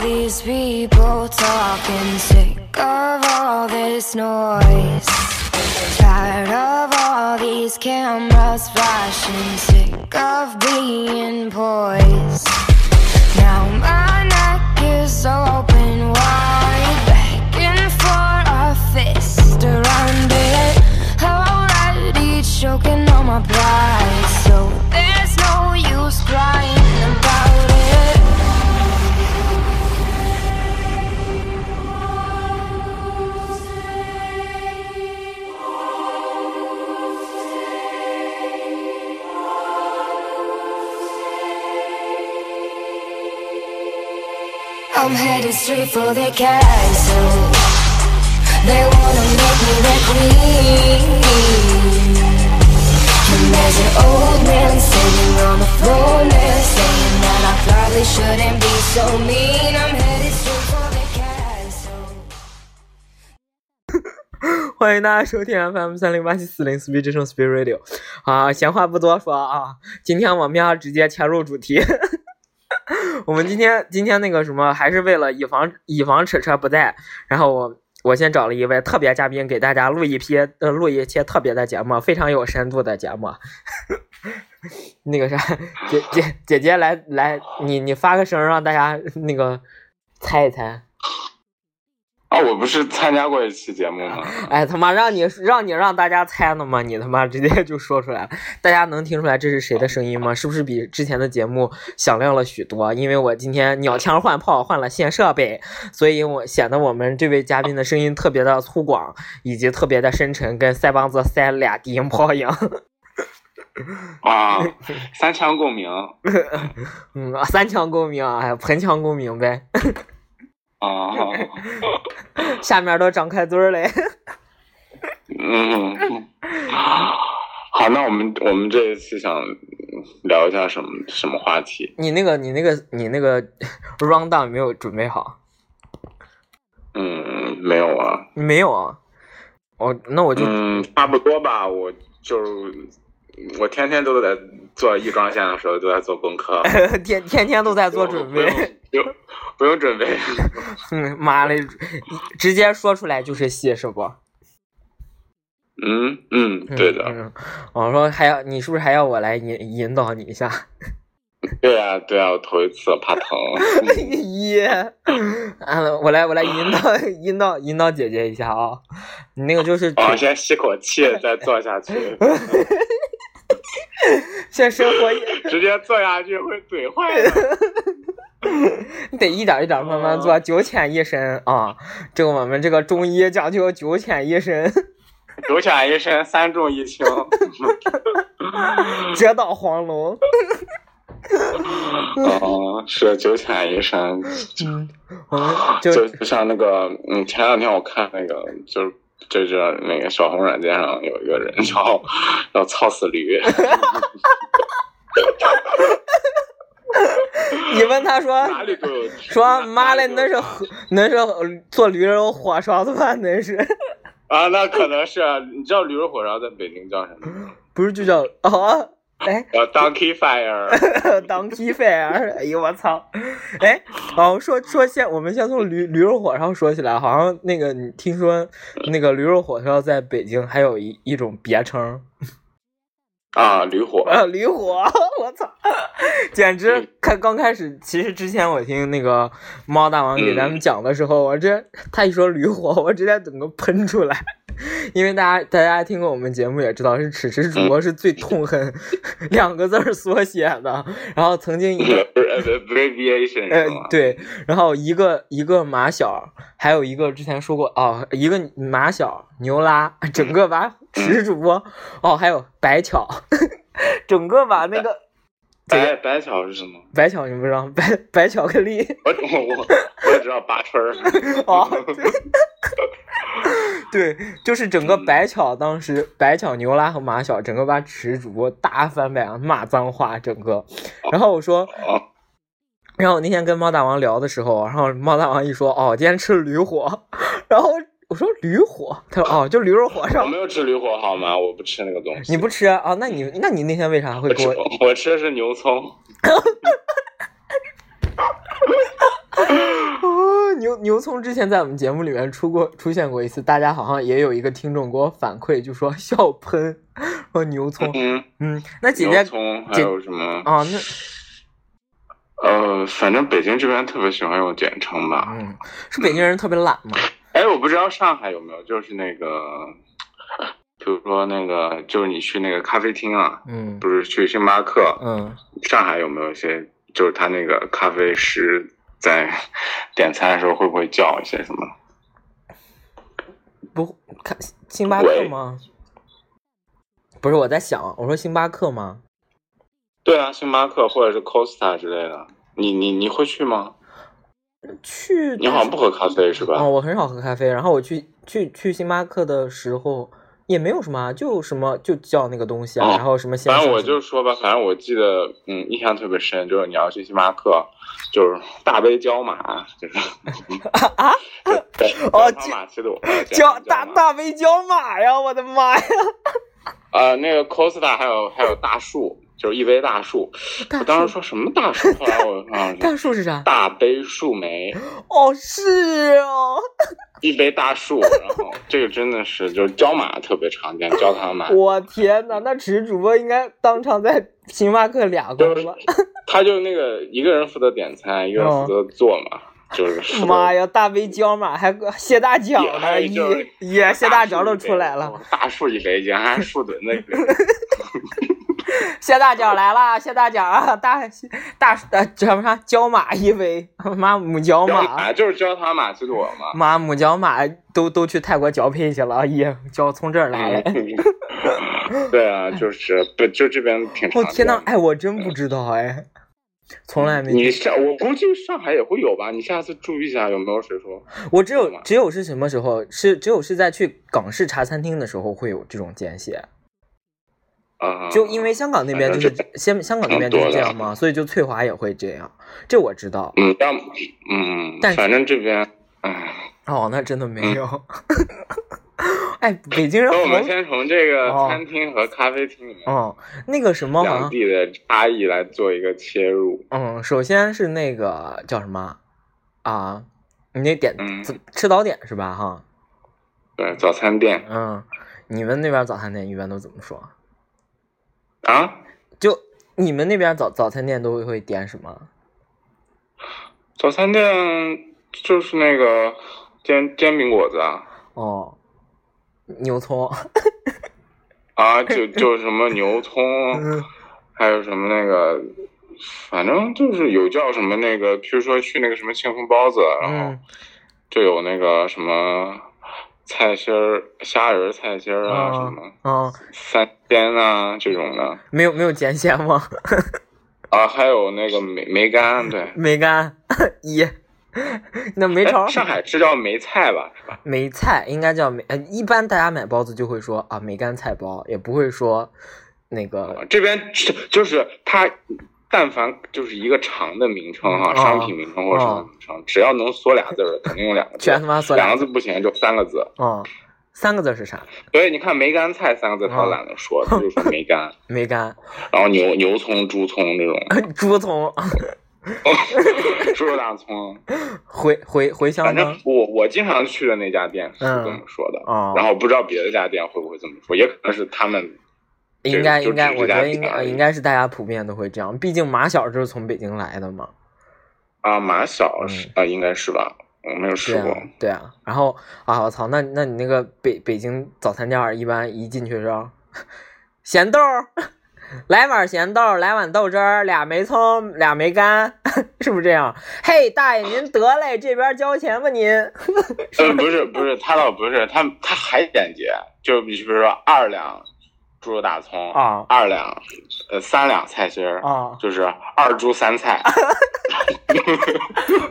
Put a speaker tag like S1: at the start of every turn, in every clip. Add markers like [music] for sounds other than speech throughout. S1: These people talking, sick of all this noise. Tired of all these cameras flashing, sick of being poised. Now my neck is open wide, begging for a fist around it. Already choking on my pride, so there's no use crying about it. I'm headed straight for the castle. They wanna make me their queen. And there's an old man sitting on the floor now, saying that I probably shouldn't be so mean. I'm headed straight for the castle.
S2: [laughs] 欢迎大家收听 FM 三零八七四零 Speed 之声 Speed Radio。啊，闲话不多说啊，今天我们要直接切入主题。 [laughs] 我们今天今天那个什么，还是为了以防以防扯扯不在，然后我我先找了一位特别嘉宾给大家录一批呃录一期特别的节目，非常有深度的节目。 [laughs] 那个啥，姐姐姐姐来来，你你发个声让大家那个猜一猜。
S3: 啊，我不是参加过一期节目吗？
S2: [laughs] 哎他妈，让你让你让大家猜呢吗？你他妈直接就说出来了，大家能听出来这是谁的声音吗？是不是比之前的节目响亮了许多？因为我今天鸟枪换炮换了新设备，所以我显得我们这位嘉宾的声音特别的粗犷，以及特别的深沉，跟腮帮子塞俩低音炮一样。 [laughs]
S3: 啊，三腔共鸣
S2: 嗯，三腔共鸣啊，哎盆腔共鸣呗。 [laughs]
S3: 啊，
S2: 下面都张开嘴儿嘞。 [laughs]
S3: 嗯，好，那我们我们这一期想聊一下什么什么话题？
S2: 你那个你那个你那个 [laughs] round down 没有准备好。
S3: 嗯，没有啊，
S2: 没有啊，哦，那我就、
S3: 嗯，差不多吧，我就。我天天都在做艺装线的时候都在做功课，
S2: 天天天都 [laughs] 在做准备。
S3: 就，就不用准备。
S2: [laughs]
S3: [laughs]
S2: 嗯，妈嘞，直接说出来就是戏是不？
S3: 嗯嗯，对的，
S2: 嗯，嗯我说还要你是不是还要我来引引导你一下？ [laughs]
S3: 对啊对啊，我头一次怕疼。
S2: 耶、啊，我来我来引导引导引导姐姐一下啊、你那个就是
S3: 啊，先吸口气，再坐下去。
S2: 现在生活也 [laughs]
S3: 直接坐下去会怼坏的。
S2: 你得一点一点慢慢
S3: 啊
S2: 做，九浅一深啊。这个我们这个中医讲究九浅一深， [laughs]
S3: 九浅一深，三重一轻。
S2: 直捣黄龙。
S3: 哦，是九浅一深，
S2: 嗯，我们就
S3: 就就像那个，嗯，前两天我看那个，就是这这那个小红软件上有一个人 [laughs] 要要操死驴，
S2: 你问他说
S3: 哪里都有。
S2: [laughs] 说妈嘞，
S3: 哪
S2: 那
S3: 里
S2: 是
S3: 都有
S2: 火那是做驴肉火烧的吧？那是
S3: 啊，那可能是啊你知道驴肉火烧在北京叫什么吗？
S2: [laughs] 不是就叫啊？哎 [laughs]
S3: 叫 Donkey Fire。
S2: ，Donkey Fire！哎呦我操！哎，哦，说说先，我们先从驴驴肉火烧说起来，好像那个你听说那个驴肉火烧在北京还有一一种别称，
S3: 啊，驴火。
S2: 呃，驴火， [laughs] 我操，嗯简直开刚开始，其实之前我听那个猫大王给咱们讲的时候，我这他一说驴火，我直接整个喷出来， [laughs] 因为大家大家听过我们节目也知道，是此时主播是最痛恨 [laughs] 两个字儿缩写的，然后曾经一个。
S3: abbreviation
S2: 呃
S3: 是吗，？
S2: 对，然后一个一个马小，还有一个之前说过哦，一个马小牛拉，整个把十主播哦，还有白巧， [laughs] 整个把那个
S3: 白白巧是什么？
S2: 白巧你不知道，白白巧克力
S3: 我我我我只知道八春儿。
S2: [laughs] 哦， [laughs] 对，对，就是整个白巧当时白巧牛拉和马小整个把此时主播大翻白眼，骂脏话，整个，然后我说。
S3: 哦
S2: 然后我那天跟猫大王聊的时候，然后猫大王一说哦，今天吃驴火， [laughs] 然后我说驴火，他说哦，就驴肉火
S3: 我
S2: 烧，
S3: 没有吃驴火好吗？我不吃那个东西。
S2: 你不吃啊？啊那你那你那天为啥会给
S3: 我吃
S2: 我？
S3: 我吃的是牛葱。
S2: 哦牛牛葱之前在我们节目里面出过出现过一次，大家好像也有一个听众给我反馈，就说笑喷， [laughs] 说牛葱，
S3: 嗯，
S2: 嗯，那姐
S3: 牛
S2: 姐
S3: 葱还
S2: 姐
S3: 有什么？
S2: 啊，那
S3: 呃，反正北京这边特别喜欢用简称吧。
S2: 嗯，是北京人特别懒嘛，
S3: 哎，我不知道上海有没有，就是那个，比如说那个，就是你去那个咖啡厅啊，
S2: 嗯
S3: 不是去星巴克，
S2: 嗯
S3: 上海有没有一些，就是他那个咖啡师在 [laughs] 点餐的时候会不会叫一些什么？
S2: 不看星巴克吗？不是我在想，我说星巴克吗？
S3: 对啊，星巴克或者是 Costa 之类的。你你你会去吗？
S2: 去
S3: 你好像不喝咖啡是吧？
S2: 哦，我很少喝咖啡，然后我去去去星巴克的时候也没有什么啊，就什么就叫那个东西啊，
S3: 哦
S2: 然后什么先
S3: 反
S2: 生什
S3: 正
S2: 么，
S3: 我就说吧，反正我记得，嗯，印象特别深，就是你要去星巴克，就是大杯椒麻，就是
S2: 啊，
S3: 对，
S2: [laughs] 哦
S3: 椒麻七
S2: [laughs]
S3: 度，对
S2: 叫大
S3: 麻
S2: 大杯椒马呀，我的妈呀！
S3: 啊，那个 Costa 还有还有大树，就是一杯大树，我当时说什么大树，后来我想
S2: 大
S3: 想
S2: 树是啥？
S3: 大杯树莓，
S2: 哦，是哦，
S3: 一杯大树，然后这个真的是就是椒麻特别常见，焦糖 [laughs] 玛。
S2: 我天哪，那只是主播应该当场在星巴克俩
S3: 就
S2: 工
S3: 是
S2: 吧？
S3: 他就那个一个人负责点餐，一个人负责做嘛，就是负责
S2: 嗯妈呀，大杯椒马还谢大脚
S3: 也还
S2: 呢，
S3: 有就是
S2: 耶耶，谢大脚都出来了，，
S3: 嗯大树一杯酱，还树墩子一杯酱。
S2: 谢大脚来了，谢大脚啊，大大呃叫啥椒马一杯，妈母椒
S3: [laughs] 椒
S2: 马啊
S3: 麻。就是焦糖玛奇朵嘛。
S2: 妈，母角马都都去泰国交配去了，耶，交从这儿嗯来
S3: 嗯
S2: 了。
S3: 哎
S2: [laughs]
S3: 对啊，就是不就这边挺
S2: 我、
S3: 常见
S2: 天呐
S3: 的，。
S2: 哎，我真不知道哎，从来没
S3: 你上我估计上海也会有吧，你下次注意一下有没有谁说。
S2: 我只有只有是什么时候？是只有是在去港式茶餐厅的时候会有这种简写，
S3: 啊、
S2: 就因为香港那边就是
S3: 反正
S2: 香香港那边就是这样嘛，所以就翠华也会这样，这我知道。
S3: 啊嗯，要么嗯
S2: 但，是
S3: 反正这边，哎，
S2: 哦，那真的没有。 [laughs] 哎，北京人
S3: 那我们
S2: 好。
S3: 先从这个
S2: 哦
S3: 餐厅和咖啡厅里面
S2: 哦，那个什么，好
S3: 两
S2: 像，
S3: 地的差异来做一个切入。
S2: 嗯，首先是那个叫什么啊？你那点、
S3: 嗯
S2: 吃早点是吧？哈，
S3: 对，早餐店
S2: 嗯，你们那边早餐店一般都怎么说？
S3: 啊，
S2: 就你们那边早早餐店都会点什么？
S3: 早餐店就是那个煎煎饼果子啊。
S2: 哦，牛葱，
S3: 哦啊，就就什么
S2: [laughs]
S3: 牛
S2: 嗯
S3: 葱，还有什么那个，反正就是有叫什么那个，譬如说去那个什么庆丰包子，啊然后
S2: 嗯，
S3: 就有那个什么菜心儿、虾仁儿菜心儿啊，什么
S2: 啊啊，
S3: 三鲜啊这种的
S2: 没有没有 [laughs] 碱咸吗？
S3: 啊，还有那个梅梅干，对，
S2: 梅干，一，那
S3: [laughs]
S2: 梅
S3: 哎，
S2: 潮
S3: 上海是叫梅菜吧，是吧？
S2: 梅菜应该叫梅，呃，一般大家买包子就会说啊梅干菜包，也不会说那个
S3: 啊这边是就是它。但凡就是一个长的名称哈，
S2: 啊
S3: 商品名称或者什么
S2: 嗯
S3: 名称，只要能缩俩字儿的，肯定用两
S2: [laughs]
S3: 个字。
S2: 全他妈塑
S3: 两
S2: 料
S3: 个，字不行就三个字，
S2: 嗯，三个字是啥？
S3: 所以你看梅干菜三个
S2: 嗯
S3: 字他都懒得说，他就说梅
S2: [laughs]
S3: 干，
S2: 梅干，
S3: 然后牛牛葱、猪葱
S2: [laughs]
S3: 这种，
S2: 猪葱，
S3: 猪肉大葱，
S2: 嗯茴茴茴香
S3: 反正
S2: 呢？
S3: 我我经常去的那家店是
S2: 嗯
S3: 这么说的，
S2: 哦
S3: 然后不知道别的家店会不会这么说，也可能是他们
S2: 应该
S3: 就
S2: 应该，
S3: 就
S2: 我
S3: 这
S2: 觉
S3: 家
S2: 得应
S3: 店
S2: 该
S3: 而已
S2: 应该是大家普遍都会这样，毕竟马小就是从北京来的嘛。
S3: 啊马小是啊应该是吧，我没有
S2: 嗯对
S3: 试过
S2: 啊，，对啊。然后啊，我操，那那你那个北北京早餐店儿一般一进去是吧 [laughs] 咸豆儿， [laughs] 来碗咸豆儿，来碗豆汁儿，俩梅葱，俩梅干， [laughs] 是不是这样？嘿，大爷您得嘞，这边交钱吧您。
S3: [laughs] 呃不是不是他倒不是他他还简洁，就比如说二两猪肉大葱
S2: 啊
S3: 二两呃三两菜心儿
S2: 啊 [laughs]
S3: 就是二猪三菜。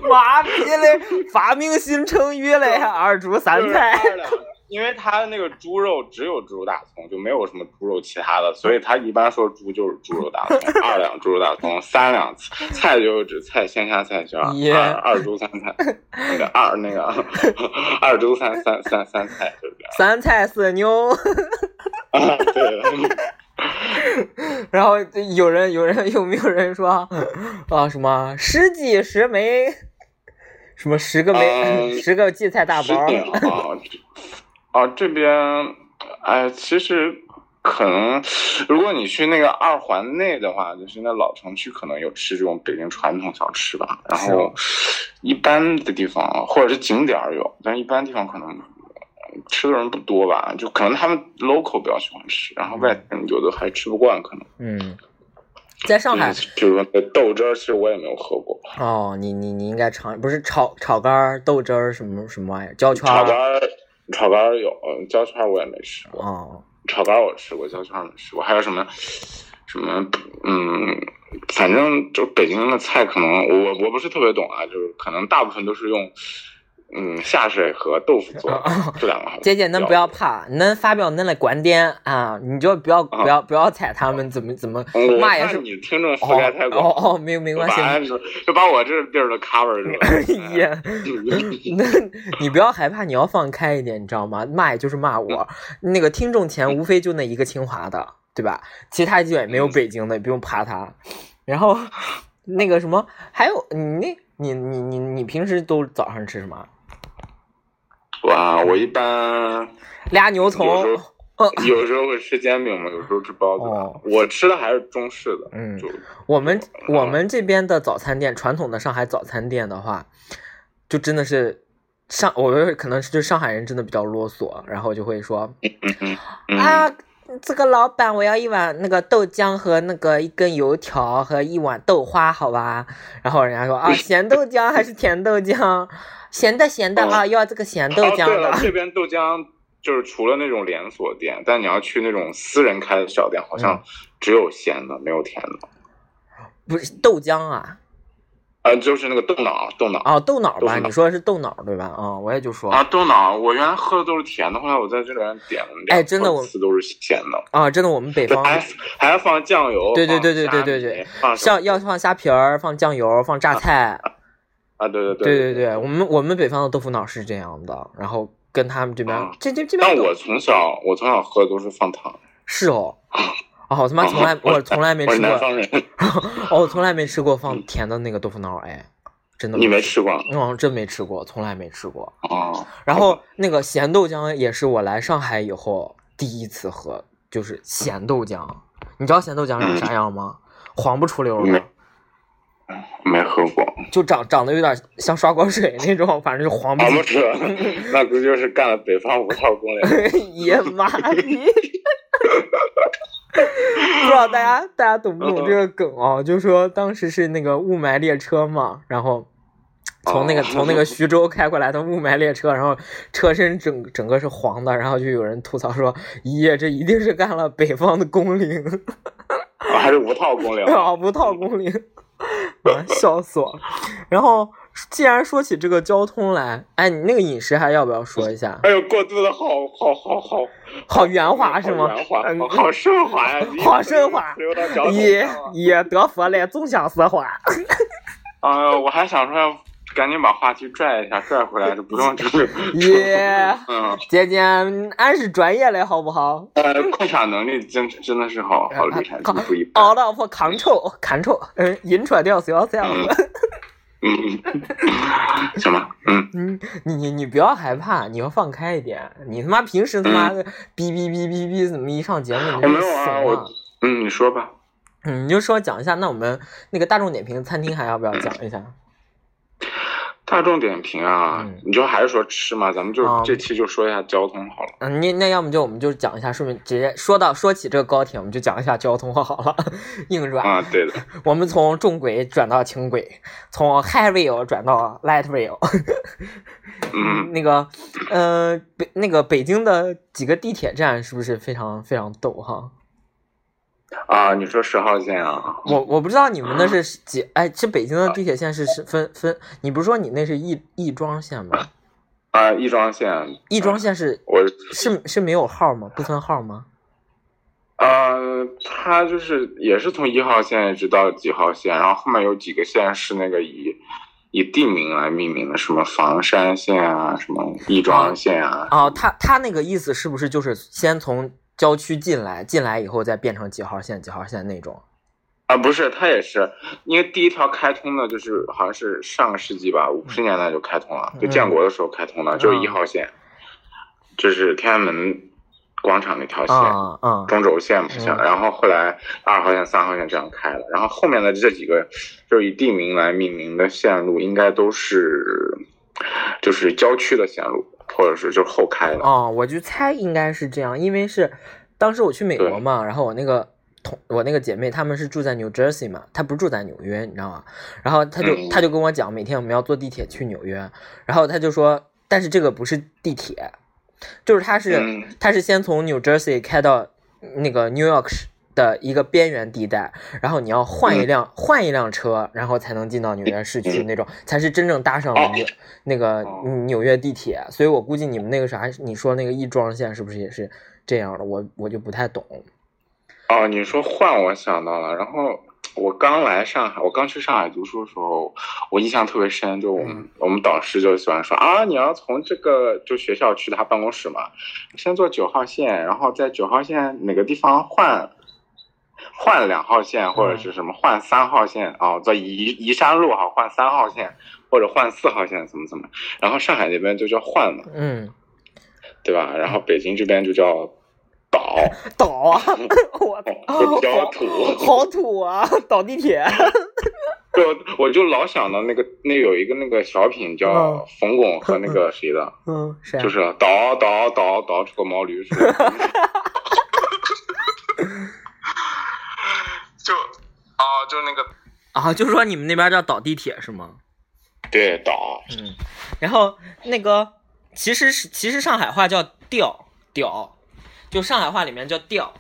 S2: 妈逼嘞，发明新成语嘞，二猪三菜。
S3: 就是二两，因为它那个猪肉只有猪肉大葱，就没有什么猪肉其他的，所以它一般说猪就是猪肉大葱，二两猪肉大葱，三两菜菜就是指菜鲜虾菜心儿，
S2: 耶
S3: 二二猪三菜，那个二那个 [laughs] 二猪三三三三菜就是 [laughs] 这
S2: 三菜四妞，
S3: 样，啊对的。
S2: 然后有人啊有人有没有人说啊什么十几十梅，什么十个梅、
S3: 嗯
S2: 十个荠菜大
S3: 食
S2: 包，
S3: 品
S2: [laughs]
S3: 啊，啊这边，哎，其实可能，如果你去那个二环内的话，就是那老城区，可能有吃这种北京传统小吃吧。然
S2: 哦
S3: 后一般的地方或者是景点儿有，但一般地方可能。吃的人不多吧，就可能他们 local 比较喜欢吃，然后外地人有的还吃不惯，可能。
S2: 嗯，在嗯上海
S3: 就是比如说那豆汁儿，其实我也没有喝过。
S2: 哦，你你你应该尝，不是炒炒肝儿、豆汁儿什么什么玩意儿，焦圈
S3: 炒肝
S2: 儿。
S3: 儿，炒肝儿有，嗯焦圈儿我也没吃过。
S2: 哦，
S3: 炒肝我吃过，焦圈没吃过，还有什么什么嗯，反正就北京的菜，可能我我不是特别懂啊，就是可能大部分都是用嗯下水和豆腐做的
S2: 哦
S3: 这两个好像。
S2: 姐姐，恁不要怕，恁发表恁的观点啊，你就不要不要不要踩他们怎么怎么
S3: 嗯我
S2: 骂也
S3: 看
S2: 是。
S3: 你听众覆
S2: 哦
S3: 盖太广，
S2: 哦哦，没有没
S3: 就
S2: 关系。
S3: 把就把我这地儿都 cover 住
S2: [laughs]
S3: 了。
S2: 哎呀，
S3: 嗯
S2: 那 [laughs] 你不要害怕，你要放开一点，你知道吗？骂也就是骂我，
S3: 嗯
S2: 那个听众前无非就那一个清华的，对吧？其他基本也没
S3: 嗯
S2: 有北京的，也不用怕他。然后那个什么，还有你那，你你你你平时都早上吃什么？
S3: 哇，我一般
S2: 俩牛
S3: 有
S2: 丛
S3: 时，候有时候会吃煎饼嘛，有时候吃包子
S2: 哦
S3: 吧。我吃的还是中式的，
S2: 嗯
S3: 就嗯
S2: 我们我们这边的早餐店，传统的上海早餐店的话，就真的是上，我觉得可能是就上海人真的比较啰嗦，然后就会说，
S3: 嗯
S2: 啊，这个老板，我要一碗那个豆浆和那个一根油条和一碗豆花，好吧？然后人家
S3: [laughs]
S2: 说啊，咸豆浆还是甜豆浆？咸的咸的
S3: 哦
S2: 啊，要这个咸 [laughs] 豆浆
S3: 哦、对
S2: 的
S3: 了，。这边豆浆就是除了那种连锁店，但你要去那种私人开的小店，好
S2: 嗯
S3: 像只有咸的，没有甜的。
S2: 不是豆浆啊，
S3: 呃，就是那个豆脑，豆脑。
S2: 哦，豆脑
S3: 豆
S2: 吧？
S3: 腐脑
S2: 你说的是豆脑对吧？啊，我也就说
S3: 啊，豆脑！我原来喝的都是甜的，后来我在这边点了两
S2: 哎真的我
S3: 次都是咸的，
S2: 啊，真的我们北方
S3: 还还要放酱油，
S2: 对对对对
S3: 放
S2: 对
S3: 虾米
S2: 对对，
S3: 放什么
S2: 像要放虾皮儿、放酱油、放榨菜，
S3: 啊，对对
S2: 对
S3: 对
S2: 对对，我们我们北方的豆腐脑是这样的，然后跟他们这边
S3: 啊
S2: 这这这边
S3: 但
S2: 豆
S3: 我从小我从小喝的都是放糖，
S2: 是哦，啊，我他妈从来我从来没
S3: 哦我
S2: 吃
S3: 是南
S2: 过，
S3: 方人， [laughs]
S2: [laughs] 哦，我从来没吃过放甜的那个豆腐脑，哎，真的
S3: 嗯你没？吃过啊？
S2: 嗯，真没吃过，从来没吃过。
S3: 哦
S2: 然后那个咸豆浆也是我来上海以后第一次喝，就是咸豆浆。你知道咸豆浆长啥样吗？黄不出溜的
S3: 嗯没，没喝
S2: [laughs]
S3: 过，
S2: 就长长得有点像刷锅水那种，反正就黄不
S3: 啊，
S2: 出
S3: 不是， [laughs] 那估计就是干了北方五套攻略。
S2: [laughs] 爷妈逼！不知道大家大家懂不懂这
S3: 嗯
S2: 个梗啊？就是说当时是那个雾霾列车嘛，然后从那个
S3: 哦
S2: 从那个徐州开过来的雾霾列车，然后车身整整个是黄的，然后就有人吐槽说：“咦，这一定是干了北方的工龄， [laughs]
S3: 啊 [laughs] 还是无套公粮。
S2: 啊，不套工龄。”啊，笑死我了！然后既然说起这个交通来，哎，你那个饮食还要不要说一下？
S3: 哎呦，过渡的好好好好，
S2: 好圆滑是吗？
S3: 好圆滑，
S2: 嗯
S3: 好好顺
S2: [laughs]
S3: 滑呀、你
S2: 好顺滑
S3: 流到脚底啊
S2: 也
S3: 上了
S2: 也得佛来纵享丝
S3: [laughs]
S2: 滑。
S3: 哎呦，我还想说要赶紧把话题拽一下，拽回来就不用这
S2: [laughs]
S3: 个。
S2: 耶，
S3: [laughs] 嗯，
S2: 姐姐，俺是专业的好不好？
S3: 呃，控场能力真真的是好好厉
S2: [laughs]
S3: 害，
S2: 好
S3: 真不一般。
S2: 熬老婆扛臭扛臭，嗯，引出来掉小小。
S3: 嗯嗯，嗯 [laughs] 行吧，
S2: [laughs]
S3: 嗯，
S2: 嗯， [laughs] 你你你不要害怕，你要放开一点。你他妈平时他妈的逼逼逼逼逼，怎么一上节目你
S3: 我
S2: 就
S3: 嗯没
S2: 怂
S3: 有啊，
S2: 了
S3: 我？嗯，你说吧。
S2: 嗯，你就说讲一下，那我们那个大众点评餐厅还要不要讲一下？
S3: 大众点评啊，
S2: 嗯
S3: 你就还是说吃嘛，咱们就、
S2: 嗯
S3: 这期就说一下交通好了。
S2: 嗯，那那要么就我们就讲一下，顺便直接说到说起这个高铁，我们就讲一下交通好了， [laughs] 硬软。
S3: 啊，对的，
S2: 我们从重轨转到轻轨，从 high rail 转到 light rail。
S3: 嗯，
S2: 那个，呃，北那个北京的几个地铁站是不是非常非常逗哈？
S3: 啊，你说十号线啊，
S2: 我我不知道你们那是几？哎，这北京的地铁线是是分分？你不是说你那是亦亦庄线吗？
S3: 啊，亦庄线，
S2: 亦庄线是
S3: 我
S2: 是是没有号吗？不分号吗？
S3: 呃，它就是也是从一号线一直到几号线，然后后面有几个线是那个以以地名来命名的，什么房山线啊，什么亦庄线啊，
S2: 哦，他他那个意思是不是就是先从郊区进来，进来以后再变成几号线几号线那种？
S3: 啊，不是，它也是，因为第一条开通的就是好像是上个世纪吧，五十年代就开通了，就建国的时候开通的，就是一号线，就是天安门广场那条线，
S2: 啊啊
S3: 中轴线不是，
S2: 嗯
S3: 然后后来二号线、三号线这样开了，然后后面的这几个就是以地名来命名的线路，应该都是就是郊区的线路，或者是就是后开的。
S2: 哦，我就猜应该是这样，因为是当时我去美国
S3: 对
S2: 嘛，然后我那个同我那个姐妹她们是住在 New Jersey 嘛，她不住在纽约，你知道吗？然后她就
S3: 嗯
S2: 她就跟我讲，每天我们要坐地铁去纽约，然后她就说，但是这个不是地铁，就是它是、
S3: 嗯
S2: 它是先从 New Jersey 开到那个 New York 市的一个边缘地带，然后你要换一辆、换一辆车，然后才能进到纽约市区
S3: 嗯
S2: 那种，才是真正搭上了纽、那个
S3: 哦
S2: 嗯纽约地铁。所以我估计你们那个啥，你说那个亦庄线是不是也是这样的？我我就不太懂。
S3: 哦，你说换我想到了，然后我刚来上海，我刚去上海读书的时候，我印象特别深，就我们、
S2: 嗯
S3: 我们导师就喜欢说啊，你要从这个就学校去他办公室嘛，先坐九号线，然后在九号线哪个地方换。换两号线或者是什么换三号线啊、在宜宜山路哈换三号线或者换四号线怎么怎么，然后上海那边就叫换嘛，
S2: 嗯，
S3: 对吧？然后北京这边就叫倒，
S2: 倒啊！ [laughs] 我
S3: 哦
S2: 哦
S3: 就比较
S2: 好
S3: 土，
S2: 好土啊！倒地铁。
S3: 对，我我 [laughs] 就老想到那个那有一个那个小品叫
S2: 嗯
S3: 冯巩和那个谁的，
S2: [laughs] 嗯，谁啊？
S3: 就是倒倒倒倒出个毛驴出来。 [laughs] 就啊，就那个
S2: 啊，就是说你们那边叫倒地铁是吗？
S3: 对倒，
S2: 嗯，然后那个其实是其实上海话叫调调，就上海话里面叫调。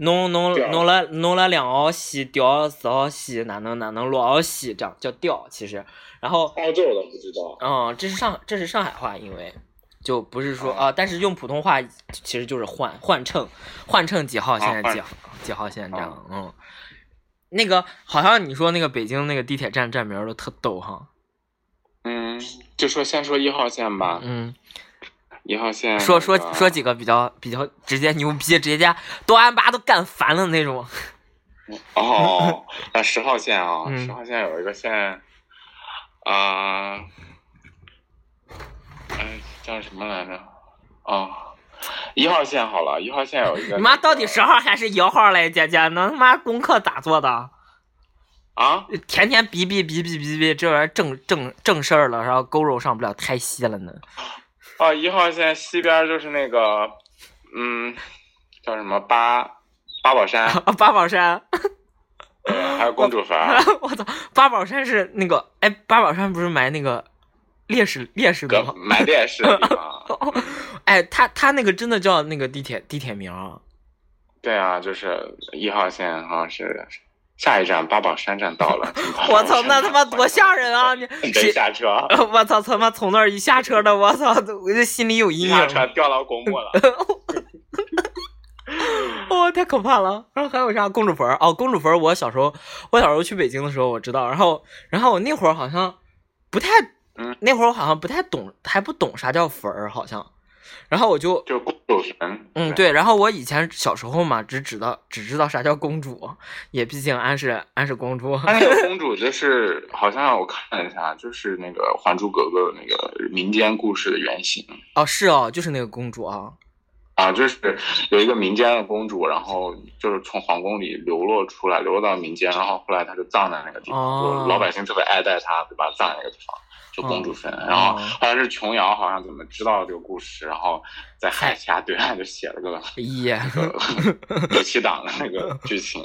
S2: 侬侬
S3: 调
S2: 侬来侬来两号线调四号线，哪能哪能六号线这样叫调，其实，然后
S3: 哦，这我倒不知道。
S2: 嗯，这是上这是上海话，因为就不是说
S3: 啊
S2: 啊，但是用普通话其实就是换换乘，哦换乘几号线
S3: 换
S2: 几号几号线这样，嗯，那个好像你说那个北京那个地铁站站名儿都特逗哈，
S3: 嗯，就说先说一号线吧，
S2: 嗯。哦
S3: 一号线
S2: 说说
S3: 那个
S2: 说几个比较比较直接牛逼，直接都安巴都干烦了那种。
S3: 哦，那十号线啊，
S2: 嗯
S3: 十号线有一个线，啊、嗯，叫什么来着？哦，一号线好了，一号线有一个。
S2: 你妈到底十号还是摇号嘞，姐姐？那他妈功课咋做的？
S3: 啊？
S2: 天天逼逼逼逼逼逼，这玩意儿正正正事儿了，然后勾肉上不了太稀了呢。
S3: 哦，一号线西边就是那个，嗯，叫什么八八宝
S2: [laughs]
S3: 山，
S2: 啊八宝山，。
S3: 对还有公主坟
S2: [laughs] 我操，八宝山是那个，哎，八宝山不是埋那个烈士烈士的
S3: 个
S2: 吗？
S3: 埋烈士的地方，啊
S2: 哎，他他那个真的叫那个地铁地铁名啊。
S3: 哦对啊，就是一号线，好像是下一站八宝山站到了。请
S2: 我操，那他妈多吓人啊！ [laughs] 你
S3: 得
S2: 谁
S3: 下车。
S2: 我操，他妈从那儿一下车的，我操，我这心里有阴
S3: 一
S2: 影
S3: 下。船掉到
S2: [laughs]
S3: 公墓了。
S2: 哦，太可怕了。然后还有啥公主坟儿？哦，公主坟儿，我小时候，我小时候去北京的时候我知道，然后，然后我那会儿好像不太，
S3: 嗯
S2: 那会儿我好像不太懂，还不懂啥叫坟儿，好像。然后我就，
S3: 就公主坟。
S2: 嗯，，
S3: [laughs]
S2: 对，然后我以前小时候嘛，只知道只知道啥叫公主，也毕竟安是安是公主。
S3: 她那个公主就是，好像我看了一下，就是那个《还珠格格》的那个民间故事的原型
S2: 哦，是哦，就是那个公主啊。
S3: 啊，就是有一个民间的公主，然后就是从皇宫里流落出来，流落到民间，然后后来她就葬在那个地方，
S2: 哦
S3: 就老百姓特别爱戴她，就把她葬在那个地方。就公主坟，
S2: 嗯
S3: 然
S2: 哦
S3: 后后来是琼瑶好像怎么知道这个故事，然后在海峡对岸就写了
S2: [laughs]
S3: 个
S2: 耶、
S3: [laughs] 暑期档的那个剧情，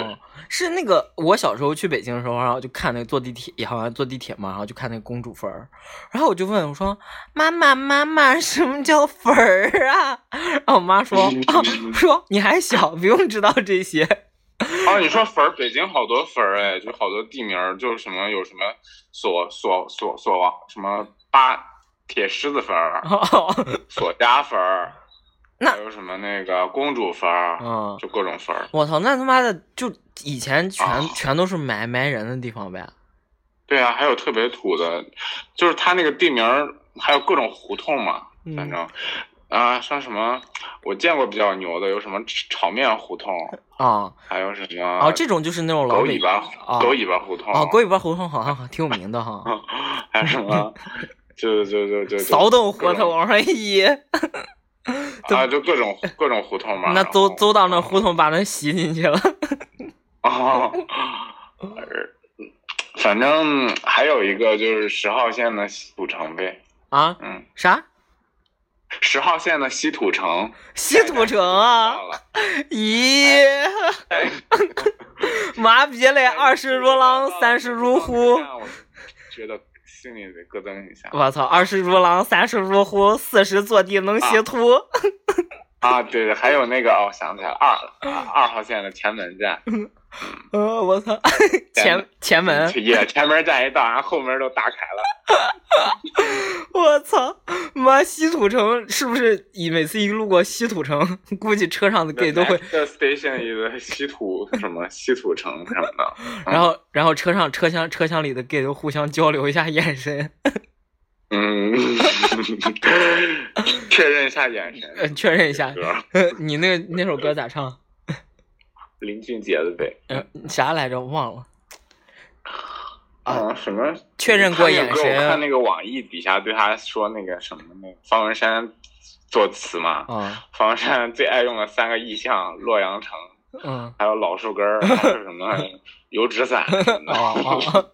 S2: [laughs] 哦，是那个我小时候去北京的时候，然后就看那个坐地铁，也好像坐地铁嘛，然后就看那个公主坟儿，然后我就问我说：“妈妈，妈妈，什么叫坟儿啊？”然后我妈说：“啊， [laughs] 说你还小，不用知道这些。
S3: 哦，你说粉儿，北京好多粉儿哎，就好多地名儿，就是什么有什么锁锁锁锁王什么八铁狮子粉
S2: [laughs]
S3: 儿、
S2: 哦
S3: 锁家粉儿，
S2: 那
S3: 还有什么那个公主粉儿，
S2: 嗯
S3: 就各种粉儿”。
S2: 我操，那他妈的就以前全、
S3: 啊
S2: 全都是埋埋人的地方呗。
S3: 对啊，还有特别土的，就是它那个地名儿，还有各种胡同嘛，
S2: 嗯
S3: 反正。啊，像什么我见过比较牛的，有什么炒面胡同，
S2: 啊
S3: 还有什么
S2: 啊，这种就是那种老
S3: 狗
S2: 北
S3: 尾巴、
S2: 啊
S3: 狗尾巴胡同
S2: 啊，，狗尾巴胡同好像挺有名的
S3: 啊
S2: 哈，
S3: [laughs] 还有什么
S2: [laughs]
S3: 就就就就就
S2: 骚动胡同，哎呀，
S3: 啊，就
S2: [laughs]
S3: 各种各种胡同嘛。
S2: 那走
S3: 然后 [laughs]
S2: 走到那胡同把人吸进去了。
S3: 哦，呃反正还有一个就是十号线的西土城呗，
S2: 啊？
S3: 嗯，
S2: 啥？
S3: 十号线的西土城，
S2: 西土城啊？
S3: 哎
S2: 咦， [laughs] 麻痹
S3: 哎
S2: 嘞，哎二十如狼，三十如虎。
S3: 我觉得心里得咯噔一下
S2: 我操，二十如狼，三十如虎，四十坐地能吸土。
S3: 啊！对对，还有那个哦，我想起来了，二啊二号线的前门站，
S2: 呃，我操，前前门，
S3: 也前门站一到，然后后门都打开了。
S2: [laughs] 我操，妈西土城是不是一每次一路过西土城， [laughs] 估计车上的 gay 都会，
S3: The station is 西土什么西土城什么的，
S2: 然后然后车上车厢车厢里的 gay 都互相交流一下眼神， [laughs]
S3: 嗯， [laughs] 确认一下眼
S2: 呃，
S3: 神。
S2: 确认一下， [laughs]
S3: 歌
S2: 呃，你那个那首歌咋唱？
S3: 林俊杰的呗，
S2: 呃，啥来着？忘了。
S3: 啊，什么？
S2: 确认过眼
S3: 他那个歌我看
S2: 神
S3: 那个网易底下对他说那个什么那个方文山作词嘛，
S2: 啊，
S3: 方文山最爱用的三个意象：洛阳城，
S2: 嗯，
S3: 还有老树根儿，还有
S2: [laughs]
S3: 什么油纸伞什么的。
S2: 哦，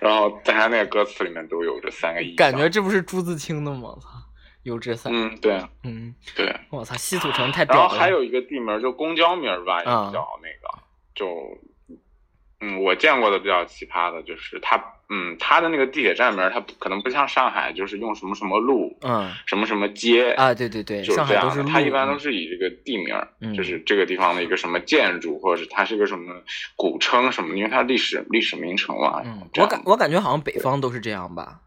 S3: 然后在他那个歌词里面都有这三个意
S2: [laughs]
S3: 象。
S2: 感觉这不是朱自清的吗？我操，油纸伞，
S3: 嗯，对
S2: 嗯，
S3: 对。啊
S2: 我操，西土城太
S3: 然
S2: 屌
S3: 后
S2: 了。
S3: 还有一个地名儿就公交名儿吧，也
S2: 啊
S3: 比较那个，就嗯，我见过的比较奇葩的就是它，嗯，它的那个地铁站名儿，它不可能不像上海，就是用什么什么路、
S2: 嗯
S3: 什么什么街
S2: 啊，对对对，
S3: 就是
S2: 上
S3: 这
S2: 海
S3: 样
S2: 都
S3: 的
S2: 是路，
S3: 它一般都是以这个地名儿，
S2: 嗯
S3: 就是这个地方的一个什么建筑，或者是它是一个什么古称什么，因为它历史历史名城嘛。
S2: 嗯，
S3: 这
S2: 我
S3: 样
S2: 感我感觉好像北方都是这样吧。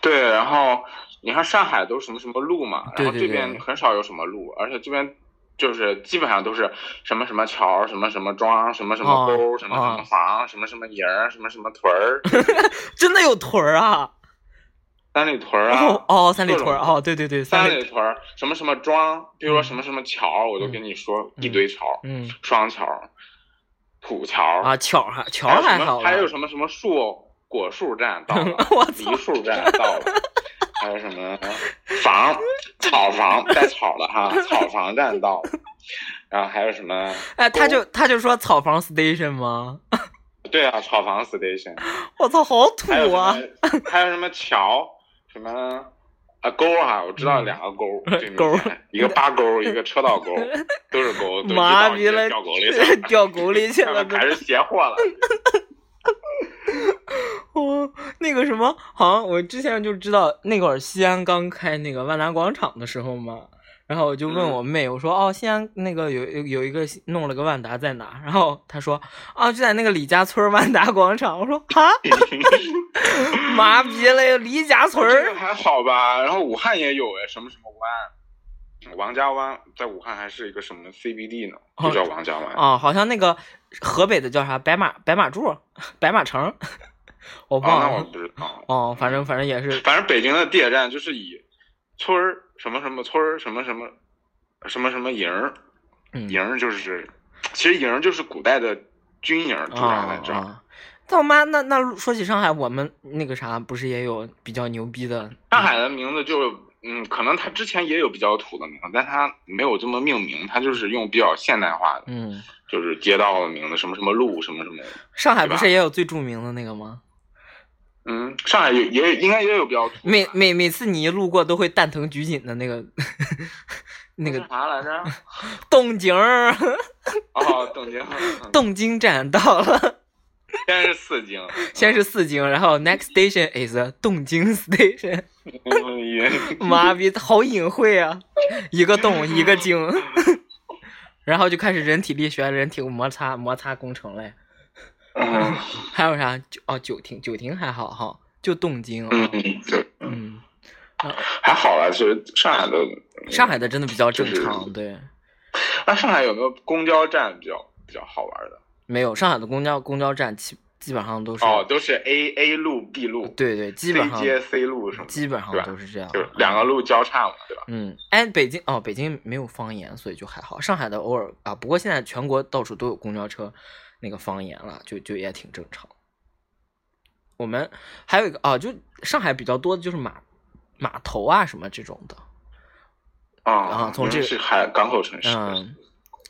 S3: 对，然后你看上海都是什么什么路嘛，
S2: 对
S3: 然后
S2: 对对
S3: 这边很少有什么路，而且这边就是基本上都是什么什么桥、什么什么庄、什么什么沟、
S2: 哦
S3: 什么什
S2: 哦
S3: 么房、什么什么营、什么什么
S2: [laughs]
S3: 屯儿、
S2: 真的有屯儿啊？
S3: 三里屯儿
S2: 哦
S3: 啊。
S2: 哦，三里屯儿
S3: 各种
S2: 哦，对对对，
S3: 三
S2: 里，
S3: 里屯儿什么什么庄，比如说什么什么桥，我都
S2: 嗯
S3: 跟你说
S2: 嗯
S3: 一堆桥，
S2: 嗯
S3: 双桥、土桥
S2: 啊，巧还巧
S3: 还有什
S2: 还
S3: 么
S2: 好吧，
S3: 还有什么什么树果树站到了
S2: [laughs] ，我操
S3: 梨树站到
S2: [laughs]
S3: 了，还有什么房草房带草的哈，草房站到了，然后还有什么？
S2: 哎，他
S3: 哦
S2: 就他就说草房 station 吗？
S3: 对啊，草房 station，
S2: 我操，好土
S3: 还有什
S2: 啊！ [laughs]
S3: 么？还有什么桥？什么？啊沟哈，我知道
S2: 嗯
S3: 两个沟，对面
S2: 沟
S3: 一个八沟，一个车道沟，
S2: [laughs]
S3: 都是沟，都
S2: 妈逼了，
S3: 了掉沟里去了，
S2: [laughs] 掉沟里去
S3: [laughs] 他
S2: 了
S3: 们
S2: 都 [laughs]
S3: 还。是邪货了。
S2: 哦，那个什么，好像我之前就知道，那会儿西安刚开那个万达广场的时候嘛，然后我就问
S3: 嗯
S2: 我妹，我说哦，西安那个有有有一个弄了个万达在哪？然后她说啊，就在那个李家村万达广场。我说啊， [laughs] 麻痹了，李家村
S3: 这个
S2: 儿
S3: 还好吧，然后武汉也有哎，什么什么湾，王家湾在武汉还是一个什么 CBD 呢，
S2: 哦
S3: 就叫王家湾。
S2: 啊，好像那个河北的叫啥白马白马柱、白马城， [laughs] 我
S3: 啊，那
S2: 忘
S3: 我
S2: 了。
S3: 不知道。
S2: 哦，反正反正也是
S3: 反正北京的地铁站就是以村儿什么什么村儿什么什么什么什么营儿，
S2: 嗯
S3: 营儿就是，其实营儿就是古代的军营，驻扎在这儿。
S2: 啊。但我妈那那说起上海，我们那个啥不是也有比较牛逼的？
S3: 上海的名字就。嗯，可能它之前也有比较土的名字，但它没有这么命名，它就是用比较现代化的，
S2: 嗯，
S3: 就是街道的名字，什么什么路，什么什么
S2: 上海
S3: 对
S2: 不
S3: 吧
S2: 是也有最著名的那个吗？
S3: 嗯，上海有也应该也有比较土的
S2: 每每每次你一路过都会蛋疼菊锦的那个 [laughs] 那
S3: 叫
S2: 个 [laughs]
S3: 啥来着？
S2: 动静儿，
S3: 哦，东京，
S2: 东京 [laughs] 站到了，
S3: 先是四
S2: [laughs]
S3: 京，
S2: 先是四京，然后 next station is 东京 [laughs] station。
S3: 嗯
S2: 妈逼，好隐晦啊！一个洞，一
S3: [laughs]
S2: 个井， [laughs] 然后就开始人体力学、人体摩擦、摩擦工程嘞。还有啥？九哦，九亭，九亭还好哈，就东京啊。
S3: 嗯，对，
S2: 嗯，
S3: 还好啦。其实上海的，
S2: 上海的真的比较正
S3: 就是
S2: 常，对，
S3: 那上海有没有公交站比较比较好玩的？
S2: 没有上海的公交公交站其基本上都是
S3: 哦，都是 A A 路 B 路
S2: 对对，基本
S3: ，C
S2: 上
S3: 街 C 路什么的，
S2: 基本上
S3: 对吧
S2: 都是这样，
S3: 就是两个路交叉嘛，对吧？
S2: 嗯，哎，北京哦，北京没有方言，所以就还好。上海的偶尔啊，不过现在全国到处都有公交车那个方言了，就就也挺正常。我们还有一个啊，就上海比较多的就是码码头啊什么这种的，啊
S3: 啊，
S2: 从
S3: 因为
S2: 这个
S3: 是海港口城市。
S2: 嗯，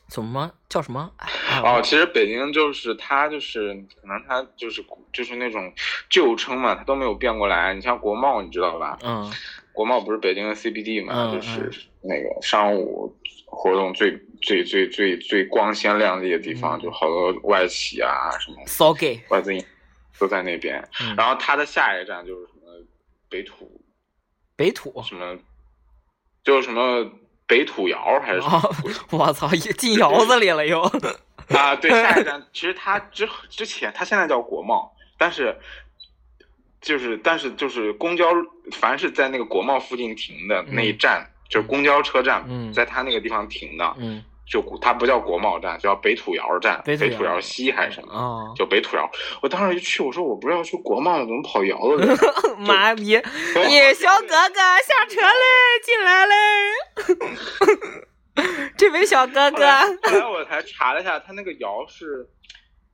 S2: 怎么叫什么？哎哎
S3: 哦，其实北京就是它，就是可能它就是古就是那种旧称嘛，它都没有变过来。你像国贸，你知道吧？
S2: 嗯
S3: 国贸不是北京的 CBD 嘛，
S2: 嗯
S3: 就是那个商务活动最最最最最光鲜亮丽的地方，
S2: 嗯
S3: 就好多外企啊什么
S2: 骚 gay，
S3: 外资银都在那边。
S2: 嗯
S3: 然后它的下一站就是什么北土
S2: 北土，
S3: 什么，就是什么北土窑还是什么
S2: 哦， [laughs] 我操，也进窑子里了又， [laughs]
S3: 啊，对，下一站其实它之之前，它现在叫国贸，但是就是但是就是公交，凡是在那个国贸附近停的那一站，就是公交车站，
S2: 嗯
S3: 在它那个地方停的，
S2: 嗯，
S3: 就它不叫国贸站，叫北土窑站，
S2: 北
S3: 北
S2: 土窑
S3: 窑西还是什么，
S2: 哦，
S3: 就北土窑。我当时一去，我说我不是要去国贸吗？怎么跑窑子
S2: [laughs]
S3: 里了？
S2: 妈
S3: [laughs]
S2: 逼，野小哥哥下车嘞， [laughs] 进来嘞，这位小哥
S3: 后
S2: 哥，
S3: 来后来我才查了一下，它那个窑是，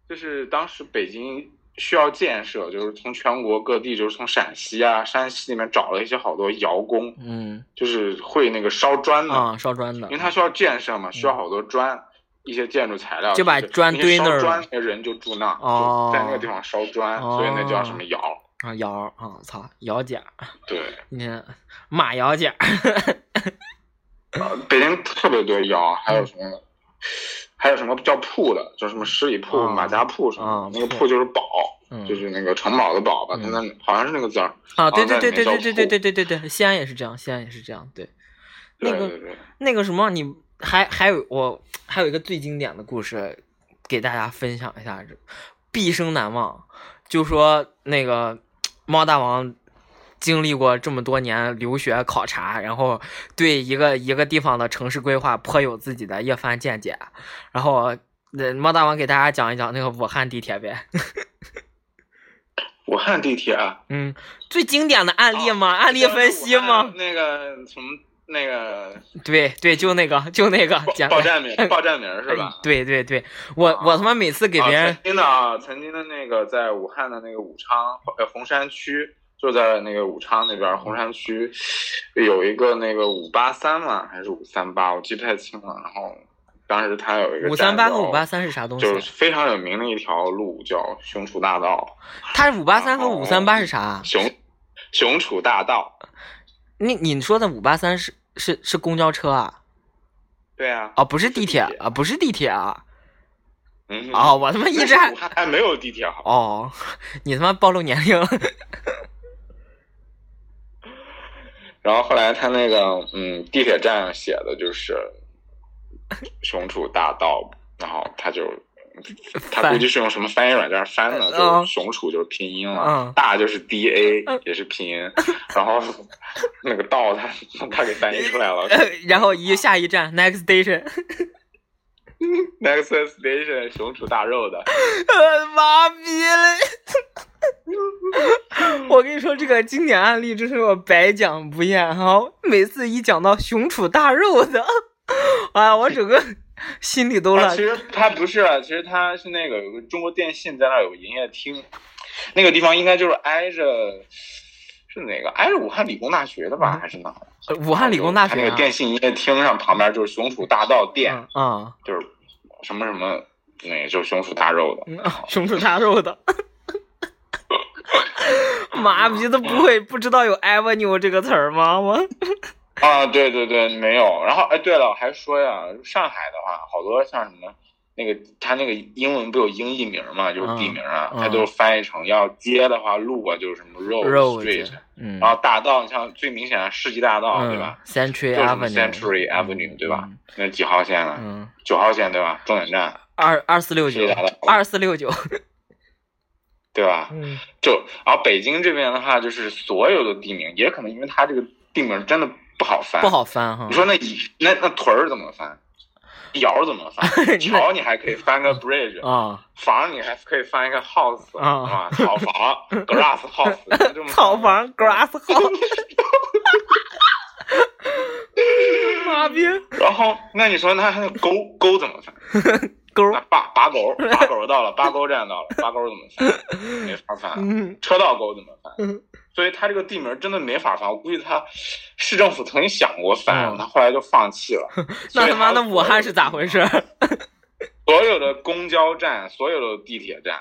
S3: 就是当时北京需要建设，就是从全国各地，就是从陕西啊、山西那边找了一些好多窑工，
S2: 嗯
S3: 就是会那个烧砖的，
S2: 啊，烧砖的
S3: 嗯因为，它需要建设嘛，需要好多砖。一些建筑材料
S2: 就把
S3: 是
S2: 砖
S3: 那
S2: 堆
S3: 些
S2: 那儿
S3: 烧砖
S2: 了
S3: 的人就住那儿，
S2: 哦
S3: 就在那个地方烧砖，
S2: 哦
S3: 所以那叫什么窑？
S2: 啊姚啊，操姚姐，
S3: 对，
S2: 你看马姚姐，
S3: 呃北京特别多窑，啊还有什
S2: 嗯
S3: 么，还有什么叫铺的，叫什么十里铺、
S2: 啊
S3: 马家铺什么
S2: 啊
S3: 的，那个
S2: 铺
S3: 铺就是堡，
S2: [laughs] 嗯
S3: 就是那个城堡的堡吧，
S2: 嗯
S3: 它那好像是那个字儿。
S2: 啊，对
S3: 好
S2: 对
S3: 像
S2: 对对对
S3: 在那边
S2: 对对对对对对，西安也是这样，西安也是这样，对，那
S3: 对
S2: 个
S3: 对对，
S2: 那个什么，你还还有我还有一个最经典的故事，给大家分享一下，这毕生难忘。就说那个猫大王经历过这么多年留学考察，然后对一个一个地方的城市规划颇有自己的一番见解。然后，那猫大王给大家讲一讲那个武汉地铁呗， [laughs]
S3: 武汉地铁啊
S2: 嗯，最经典的案例吗？
S3: 哦
S2: 案例分析吗？？
S3: 那个什么，那个
S2: 对对，就那个就那个
S3: 报
S2: 简
S3: 报
S2: 单。
S3: 站名，报站名是吧？哦
S2: 对对对，我我他妈每 [laughs] 次给别人
S3: 啊、曾经的啊，曾经的那个在武汉的那个武昌呃洪山区，就在那个武昌那边洪山区有一个那个五八三嘛，还是五三八，我记不太清了。然后当时它有一个
S2: 五三八
S3: 站
S2: 和
S3: 叫
S2: 五八三是啥东西？啊
S3: 就是非常有名的一条路叫熊出大道，
S2: 它五八三和五三八是啥？啊
S3: 熊熊楚大道。
S2: 你你说的五八三是是是公交车啊？
S3: 对啊，
S2: 啊，不是地
S3: 地
S2: 铁
S3: 铁
S2: 啊，不是地铁啊！
S3: 嗯，
S2: 啊，我他妈一直还
S3: 武汉还没有地铁好。
S2: 哦，你他妈暴露年龄了。
S3: 然后后来他那个嗯地铁站上写的 [laughs] 就是熊出大道，然后他就他
S2: 翻
S3: 估计是用什么翻译软件翻的，
S2: 嗯
S3: 就是熊出就是拼音
S2: 嗯
S3: 了，大就是 D A 也是拼音，然 [laughs] 后那个道他他给翻译出来 [laughs] 了
S2: [laughs] 然后
S3: 啊
S2: 一下一站 next station， [laughs]
S3: ，Next station 熊出大肉的。
S2: 呃妈逼嘞！ [laughs] 我跟你说，这个经典案例真是我百讲不厌哈！每次一讲到熊出大肉的， [laughs] 啊，我整个心里都
S3: 啊，
S2: 乱
S3: 其。实它不是，啊，其实它是那个有个中国电信在那儿有个营业厅，那个地方应该就是挨着是哪个挨着武汉理工大学的吧，还是哪儿？
S2: 嗯武汉理工大
S3: 它
S2: 学
S3: 那个
S2: 啊
S3: 电信营业厅上旁边就是熊鼠大道店，
S2: 嗯啊，
S3: 就是什么什么，那就是熊鼠大肉的。
S2: [laughs] 嗯啊熊出大肉的， [laughs] 妈逼都不会不知道有 avenue 这个词儿吗？我
S3: 啊，对对对，没有。然后哎，对了，我还说呀，上海的话，好多像什么。那个它那个英文不有英译名嘛，就是地名啊，
S2: 嗯嗯
S3: 它都翻译成要街的话，路啊就是什么 road
S2: 肉
S3: street，
S2: 嗯
S3: 然后大道，你像最明显的世纪大道，啊对吧？
S2: ？Century
S3: 就是什么
S2: Avenue
S3: Century Avenue，对吧？？那几号线啊？
S2: 嗯，
S3: 九号线对吧？终点站
S2: 二二四六九
S3: 世纪大道，
S2: 二四六九，
S3: 对吧？
S2: 嗯
S3: 就然后北京这边的话，就是所有的地名，也可能因为它这个地名真的不好翻，
S2: 不。好翻哈
S3: 你。说那乙那那屯儿怎么翻？窑怎
S2: [laughs]
S3: 么翻？桥你还可以翻个 bridge，
S2: 啊，
S3: 房你还可以翻一个 house
S2: 啊
S3: 啊，草房
S2: [laughs]
S3: grass house，就这么
S2: 草房 grass house。妈逼，
S3: 然后那你说那还有沟沟怎么翻？
S2: [laughs] 勾
S3: 那八八
S2: [laughs]
S3: 沟八沟到了，八沟站到了，八沟怎么翻？没
S2: [laughs]
S3: 法翻。
S2: 嗯
S3: 车道沟怎么翻？
S2: 嗯
S3: 所以他这个地名真的没法翻，我估计他市政府曾经想过翻
S2: 嗯，
S3: 他后来就放弃了。
S2: 那
S3: 所以
S2: 他妈的
S3: 所有
S2: 武汉是咋回事？？
S3: 所有的公交站、所有的地铁站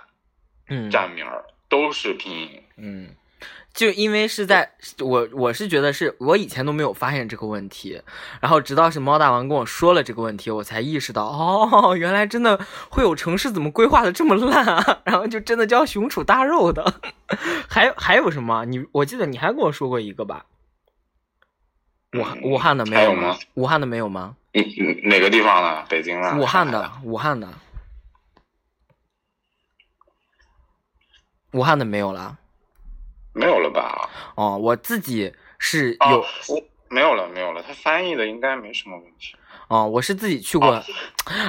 S2: 嗯
S3: 站名儿都是拼音，
S2: 嗯，就因为是在我我是觉得是我以前都没有发现这个问题，然后直到是猫大王跟我说了这个问题，我才意识到哦，原来真的会有城市怎么规划的这么烂啊， [laughs] 然后就真的叫熊出大肉的。 [laughs] 还还有什么？啊你我记得你还跟我说过一个吧？武汉武汉的没
S3: 嗯还有
S2: 吗
S3: 吗？
S2: 武汉的没有吗？
S3: 嗯嗯哪个地方呢？北京啊？
S2: 武汉
S3: 上
S2: 的
S3: 海啊，
S2: 武汉的，武汉的没有了。
S3: 没有了吧？
S2: 哦，我自己是
S3: 啊
S2: 有，
S3: 我没有了，没有了。他翻译的应该没什么问题。
S2: 哦，我是自己去过
S3: 啊。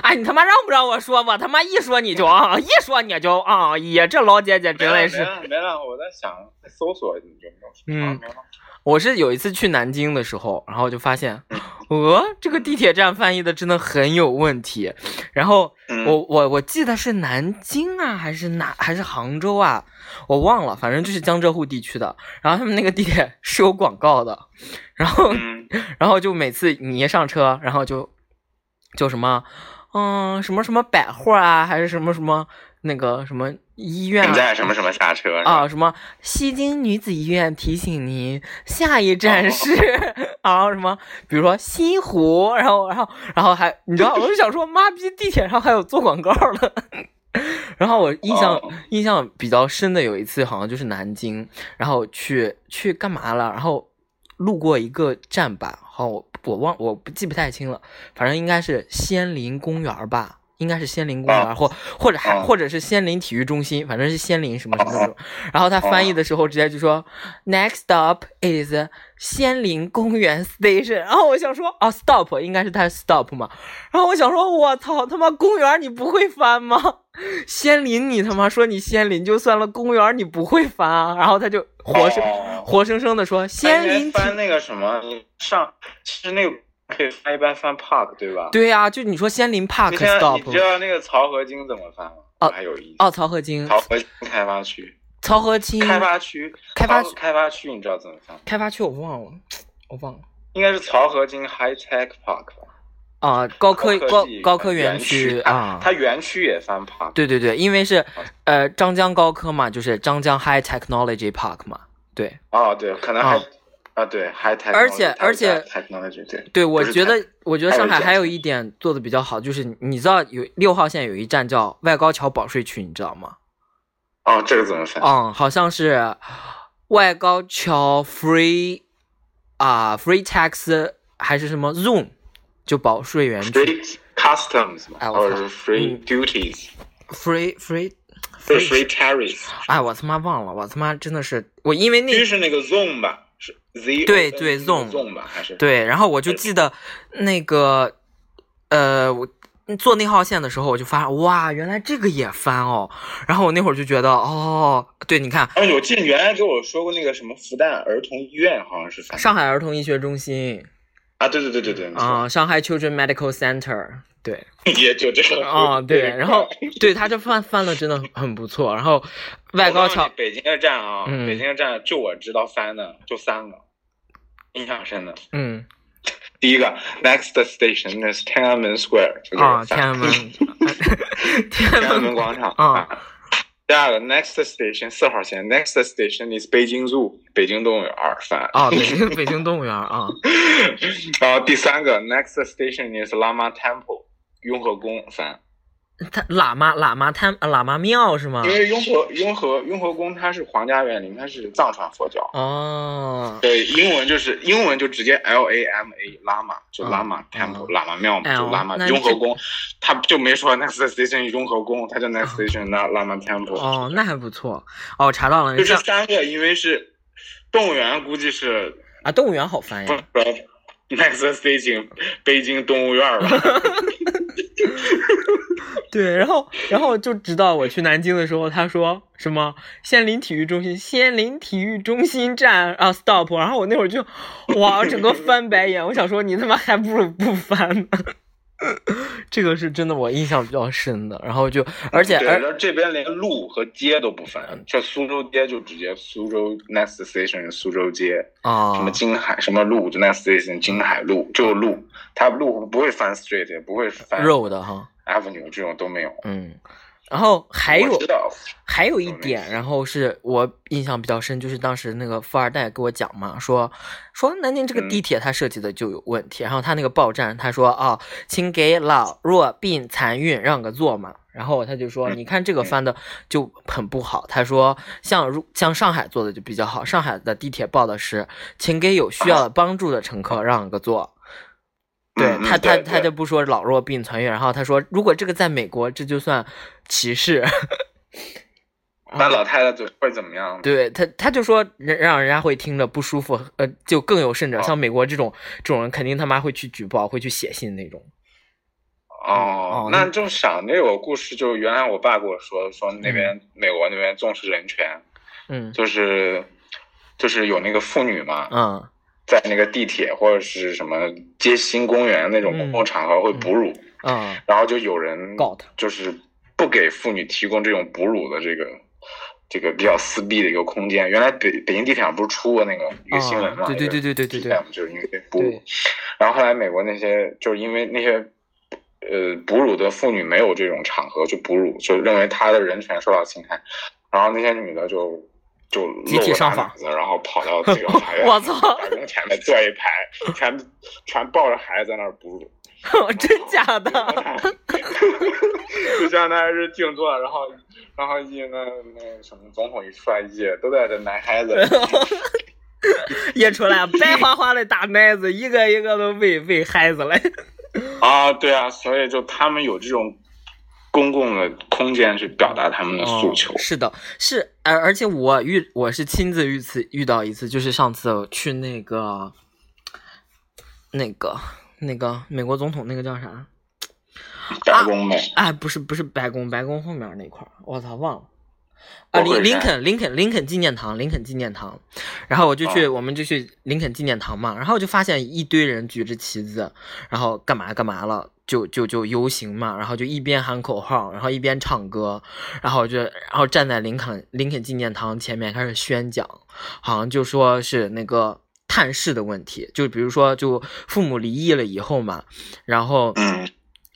S2: 哎，你他妈让不让我说？我他妈一说你就啊，一说你就啊，呀，这老姐姐真
S3: 没
S2: 的
S3: 了没
S2: 是。
S3: 了没了，我在想再搜索你就没有。
S2: 嗯
S3: 没了。
S2: 我是有一次去南京的时候，然后我就发
S3: [laughs]
S2: 现，呃，这个地铁站翻译的真的很有问题。然后
S3: 嗯
S2: 我我我记得是南京啊，还是哪还是杭州啊，我忘了，反正就是江浙沪地区的。然后他们那个地铁 [laughs] 是有广告的，然后 [laughs]
S3: 嗯
S2: 然后就每次你一上车，然后就就什么，嗯，什么什么百货啊，还是什么什么那个什么医院
S3: 你
S2: 啊。
S3: 在什么什么下车？是吧
S2: 啊，什么西京女子医院提醒您，下一
S3: 哦
S2: 站是，然后什么，比如说西湖，然后然后然后还，你知道，我就想说，妈逼，地铁上还有做广告的。 [laughs] 然后我印象、
S3: 哦
S2: 印象比较深的有一次，好像就是南京，然后去去干嘛了？然后路过一个站吧，好，我我忘我不记不太清了，反正应该是仙林公园儿吧，应该是仙林公园儿，
S3: 啊
S2: 或或者还
S3: 啊
S2: 或者是仙林体育中心，反正是仙林什么什么什么。然后他
S3: 哦
S2: 翻译的时候直接就说、Next stop is 仙林公园 station。然后我想说，哦，stop 应该是他 stop 嘛。然后我想说，我操，他妈公园你不会翻吗？仙林你他妈说你仙林就算了，公园你不会翻啊。然后他就活生、
S3: 哦
S2: 活生生的说仙
S3: 那应
S2: 林
S3: 该
S2: 体。
S3: 翻那个什么，你上其实那个可以翻一般翻 park 对吧？
S2: 对呀、就你说仙林 park
S3: 就像你
S2: stop
S3: 知道那个漕河泾怎么翻吗？
S2: 哦
S3: 我还有一
S2: 哦，漕河泾、
S3: 漕河泾开发区，
S2: 漕河沁、
S3: 开发区，
S2: 开发区
S3: 漕开发区，你知道怎么翻吗？
S2: 开发区我忘了，我忘了
S3: 应该是漕河泾 High Tech Park 吧？
S2: 啊，高科
S3: 高
S2: 高
S3: 技
S2: 高科园
S3: 园哎
S2: 区
S3: 它
S2: 啊，
S3: 它园区也翻 park。
S2: 对对对，因为
S3: 啊
S2: 是呃张江高科嘛，就是张江 High Technology Park 嘛，对
S3: 啊，对，可能还
S2: 啊
S3: 啊对 High Tech，
S2: 而且而且
S3: technology 对
S2: 对，我
S3: 是
S2: 觉得
S3: tech-
S2: 我觉得上海
S3: 还有一
S2: 还
S3: 点
S2: 有一点做的比较好，就是你知道有六号线有一站叫外高桥保税区，你知道吗？
S3: 哦，这个怎么翻？
S2: 嗯，好像是外高桥 Free 啊、Free Tax 还是什么 Zone，就保税园区
S3: Free customs
S2: 哎
S3: 嘛，
S2: 我操
S3: 或者是 free duties，
S2: Free Free
S3: 是 free tariffs，
S2: 哎，我他妈忘了，我他妈真的是我，因为那
S3: 居是那个 zone 吧？是 z
S2: 对对 zone
S3: zone 吧？还是
S2: 对，然后我就记得那个，呃，我坐那号线的时候，我就发现哇，原来这个也翻哦。然后我那会儿就觉得，哦，对，你看
S3: 哦，我记得你原来给我说过那个什么复旦儿童医院，好像是翻
S2: 上海儿童医学中心
S3: 啊，对对对对对，没错
S2: 啊、上海 Children Medical Center，对，
S3: [laughs] 也就这个
S2: 啊、对，然
S3: [laughs]
S2: 后对他这翻翻了真的很不错。然后外高桥，
S3: 北京的站啊，
S2: 嗯
S3: 北京的站就我知道翻的就三个，印象深的。
S2: 嗯
S3: 第一个 next station is 天安门 Square，这个
S2: 啊，
S3: 翻
S2: 天安 [laughs] 门，天
S3: 天安
S2: 安
S3: 门
S2: 门
S3: 广场
S2: 啊。
S3: 第二个 next station 四号线，next station is 北京 zoo 北京动物园儿翻。
S2: 啊，北京北京动物园啊，
S3: 然后第三个 next station is 喇嘛 temple 雍和宫
S2: 啊
S3: 翻，
S2: 他喇嘛喇嘛他喇嘛庙是吗
S3: 因？为雍和雍和雍和宫它是皇家园林，它是藏传佛教。
S2: 啊哦，
S3: 对，英文就是英文就直接 L A M A 喇嘛，就
S2: 嗯
S3: 喇嘛 temple
S2: 嗯
S3: 喇嘛庙嘛，就
S2: L，
S3: 喇嘛
S2: 那
S3: 雍
S2: 这
S3: 和宫，他就没说 next station 雍和宫，他就 next station 那喇嘛 temple。
S2: 哦，那还不错。哦，查到了，
S3: 就这
S2: 像
S3: 三个，因为是动物园，估计是 [laughs]
S2: 啊，动物园好烦
S3: 不
S2: 呀。
S3: 不 next station 北京动物园吧。
S2: 对，然后然后就直到我去南京的时候，他说什么仙林体育中心，仙林体育中心站啊，stop。然后我那会儿就，哇，整个翻白眼，我想说你他妈还不如不翻呢。 [laughs] 这个是真的，我印象比较深的。然后就，而且
S3: 对，然
S2: 而
S3: 后这边连路和街都不分，像苏州街就直接苏州 next station 是苏州街，什
S2: 啊
S3: 么，金海什么路就 next station 金海路就路，它路不会翻 street，也不会翻
S2: 肉的哈，
S3: avenue 这种都没有。
S2: 嗯。然后还有
S3: 我知道，
S2: 还有一
S3: 懂那意
S2: 点，
S3: 思
S2: 然后是我印象比较深，就是当时那个富二代给我讲嘛，说说南京这个
S3: 嗯
S2: 地铁它设计的就有问题，然后他那个报站他说啊、请给老弱病残孕让个座嘛，然后他就说
S3: 嗯
S2: 你看这个翻的就很不好，他说像如像上海做的就比较好，上海的地铁报的是请给有需要的帮助的乘客让个座，对他，
S3: 嗯嗯
S2: 他
S3: 对
S2: 他就
S3: 对
S2: 不说老弱病残孕，然后他说，如果这个在美国，这就算歧视。
S3: 那老太太就会怎么样？
S2: 对他，他就说让让人家会听着不舒服，呃，就更有甚者，
S3: 啊
S2: 像美国这种这种人，肯定他妈会去举报，会去写信那种。哦
S3: 哦，那就想这个故事，就原来我爸跟我说，说那边美国那边重视人权，
S2: 嗯
S3: 就是就是有那个妇女嘛，
S2: 嗯
S3: 在那个地铁或者是什么街心公园那种公共场合会哺乳，
S2: 嗯，
S3: 然后就有人
S2: 告他。
S3: 就是不给妇女提供这种哺乳的这个这个比较私密的一个空间。原来北北京地铁上不是出过那个一个新闻嘛？
S2: 啊对对对对对对对
S3: 一个地铁嘛就是因为哺乳
S2: 对。
S3: 然后后来美国那些就是因为那些。呃，哺乳的妇女没有这种场合去哺乳，就认为她的人权受到侵害，然后那些女的就就
S2: 集体
S3: 露着
S2: 上
S3: 大
S2: 访
S3: 脑子，然后跑到这
S2: [laughs]
S3: 个法院，
S2: 我操
S3: 法院前面坐一排，全全抱着孩子在那儿哺乳，
S2: [laughs]
S3: [laughs]
S2: 真假的？
S3: 就相当于是静坐，然后然后一那那什么总统一出来一都在这男孩子，
S2: 一出来啊白花花的大奶子，一个一个都喂喂孩子了。
S3: 啊，对啊，所以就他们有这种公共的空间去表达他们的诉求
S2: 哦。是的，是，而而且我遇我是亲自遇次遇到一次，就是上次去那个那个那个美国总统那个叫啥？
S3: 白宫呗，
S2: 哎，不是不是白宫，白宫后面那块儿，我操忘了。啊，
S3: 国
S2: 林
S3: 会
S2: 林
S3: 山
S2: 肯林肯林肯纪念堂，林肯纪念堂，然后我就去，我们就去林肯纪念堂嘛，然后就发现一堆人举着旗子，然后干嘛干嘛了，就就就游行嘛，然后就一边喊口号，然后一边唱歌，然后就然后站在林肯林肯纪念堂前面开始宣讲，好像就说是那个探视的问题，就比如说就父母离异了以后嘛，然后
S3: 嗯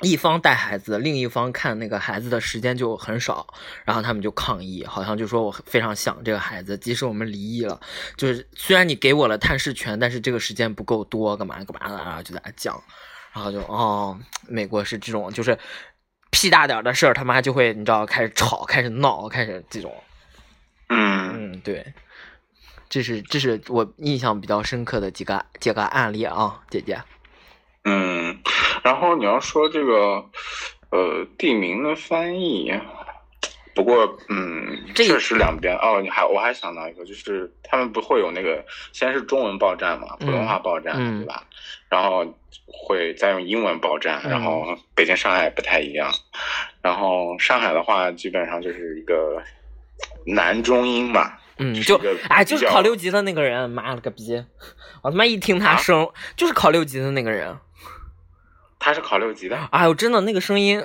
S2: 一方带孩子，另一方看那个孩子的时间就很少，然后他们就抗议，好像就说我非常想这个孩子，即使我们离异了，就是虽然你给我了探视权，但是这个时间不够多，干嘛干嘛的，啊然后就在那哎讲，然后就哦，美国是这种，就是屁大点儿的事儿，他妈就会你知道开始吵，开始闹，开始这种，
S3: 嗯，
S2: 嗯，对，这是这是我印象比较深刻的几个几个案例啊，姐姐，
S3: 嗯，然后你要说这个，呃，地名的翻译，不过，嗯，
S2: 这
S3: 确实两边哦。你还我还想到一个，就是他们不会有那个，先是中文报站嘛，普通话报站，
S2: 嗯
S3: 对吧？然后会再用英文报站，
S2: 嗯
S3: 然后北京、上海不太一样。然后上海的话，基本上就是一个南中英吧，
S2: 嗯，
S3: 是
S2: 就
S3: 一个
S2: 哎，
S3: 比
S2: 就是
S3: 较
S2: 考六级的那个人，妈了个逼！我他妈一听
S3: 啊
S2: 他声，就是考六级的那个人。
S3: 他是考六级的，
S2: 哎呦，真的那个声音，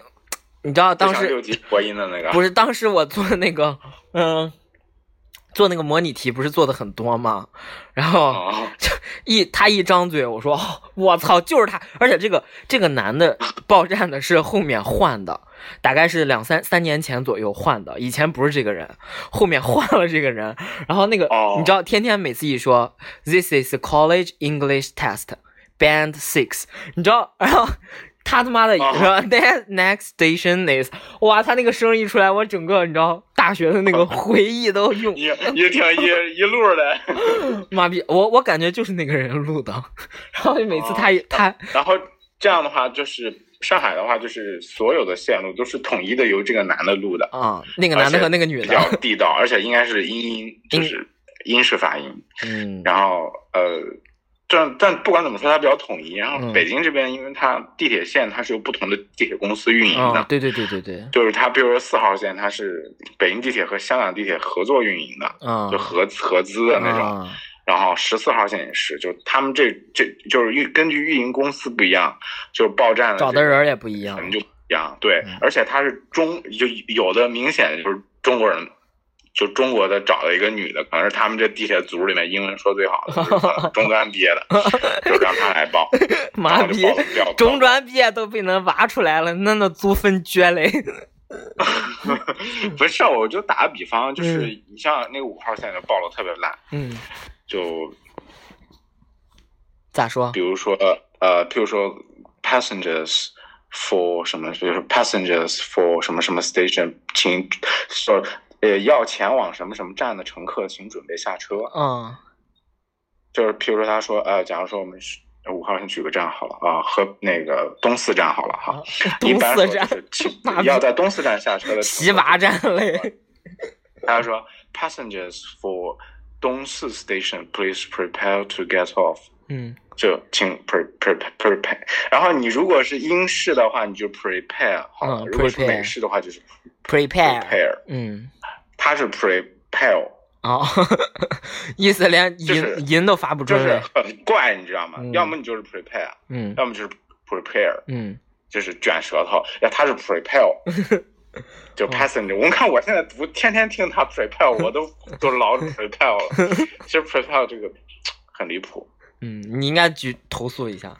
S2: 你知道
S3: 就
S2: 当
S3: 像六
S2: 时
S3: 级啊国音的那个，
S2: 不是当时我做那个嗯，做那个模拟题不是做的很多吗？然后。
S3: 哦，
S2: 就 [laughs] 一他一张嘴，我说、哦、我操，就是他！而且这个这个男的报站的是后面换的，大概是两三三年前左右换的，以前不是这个人，后面换了这个人。然后那个、
S3: 哦
S2: 你知道，天天每次一说 This is college English test band six，你知道，然后。他他妈的
S3: 哦
S2: 说 next next station is，哇，他那个声一出来，我整个你知道大学的那个回忆都涌
S3: [laughs] 一一听一一路的。
S2: 妈逼，我我感觉就是那个人录的，然后每次他也、
S3: 哦
S2: 他
S3: 然后这样的话，就是上海的话，就是所有的线路都是统一的由这个男的录的，
S2: 啊、那个男的和那个女
S3: 哦比
S2: 的
S3: 较，地道，而且应该是英音，就是英式发音。
S2: 嗯，
S3: 然后呃，但但不管怎么说，它比较统一。然后
S2: 嗯
S3: 北京这边，因为它地铁线它是由不同的地铁公司运营的，
S2: 啊，对对对对对，
S3: 就是它，比如说四号线，它是北京地铁和香港地铁合作运营的，
S2: 啊
S3: 就合合资的那种。
S2: 啊
S3: 然后十四号线也是，就他们这这就是运根据运营公司不一样，就是报站的
S2: 找
S3: 这
S2: 的
S3: 个
S2: 人儿也不一样
S3: 可能就不一样。对，
S2: 嗯
S3: 而且它是中就有的明显就是中国人。就中国的找了一个女的，可能是他们这地铁组里面英文说最好的，就是可能中专毕业的，就让她来
S2: [laughs]
S3: 报，然
S2: 妈
S3: 后就
S2: 逼
S3: 报了比较高，
S2: [laughs] 中专毕业都被能挖出来了，那那祖坟掘
S3: [laughs]
S2: 嘞！
S3: 不是，啊我就打个比方，就是
S2: 嗯
S3: 你像那个五号线就报了特别烂，
S2: 嗯，
S3: 就
S2: 咋说
S3: 比？如说呃，譬如说 passengers for 什么，比如说 passengers for 什么什么 station，请说呃要前往什么什么站的乘客，请准备下车。
S2: 嗯
S3: 就是譬如说他说呃，假如说我们是五号线举个站好了啊，和那个东四站好了哈。
S2: 啊，
S3: 一
S2: 东
S3: 般
S2: 四
S3: 说
S2: 站
S3: 就是
S2: [laughs]
S3: 请
S2: 妈逼
S3: 要在东四站下车的乘客
S2: 西八站嘞，
S3: [laughs] 他说：“Passengers for 东四 station, please prepare to get off。”
S2: 嗯
S3: 就请 pre pre prepare。然后你如果是英式的话，你就 prepare 好了；
S2: 嗯
S3: 如果是
S2: prepare
S3: 美式的话，就是
S2: ，prepare，
S3: prepare。
S2: 嗯，
S3: 它是 prepare，
S2: 哦， [laughs] 意思连
S3: 就
S2: 音
S3: 是
S2: 音都发不
S3: 就
S2: 准
S3: 是
S2: 嘞，
S3: 很怪，你知道吗？
S2: 嗯
S3: 要么你就是 prepare，
S2: 嗯
S3: 要么就是 prepare，
S2: 嗯，
S3: 就是卷舌头。然后它是 prepare。就
S2: [laughs] 哦
S3: passenger，、我看我现在读，天天听他 prepare，我都都
S2: [laughs]
S3: 老 prepare 了。其实 prepare 这个很离谱，
S2: 嗯，你应该举投诉一下。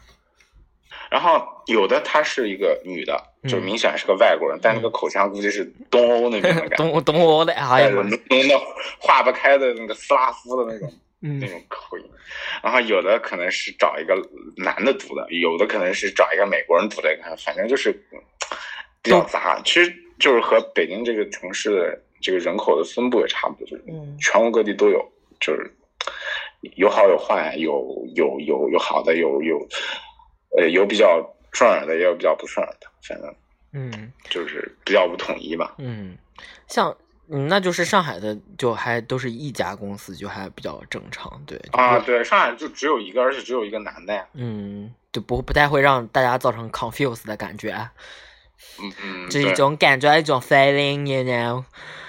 S3: 然后有的她是一个女的，
S2: 嗯
S3: 就明显是个外国人，但那个口腔估计是东欧那边的
S2: [laughs]
S3: 感觉，
S2: 懂我懂我的，哎呀
S3: 带着
S2: 妈
S3: 浓，浓的化不开的那个斯拉夫的那种
S2: 嗯
S3: 那种口音。然后有的可能是找一个男的读的，有的可能是找一个美国人读的，反正就是嗯比较杂。其实就是和北京这个城市的这个人口的分布也差不多，就是
S2: 嗯
S3: 全国各地都有，就是有好有坏，有有有有好的，有有呃有比较顺耳的，也有比较不顺耳的，反正
S2: 嗯
S3: 就是比较不统一吧。
S2: 嗯，像嗯，那就是上海的就还都是一家公司，就还比较正常，对就
S3: 啊，
S2: 不
S3: 对，上海就只有一个，而且只有一个男的呀。
S2: 嗯，就不不太会让大家造成 confuse 的感觉，
S3: 嗯嗯，
S2: 这是
S3: 对
S2: 一种感觉，一种 feeling，you know。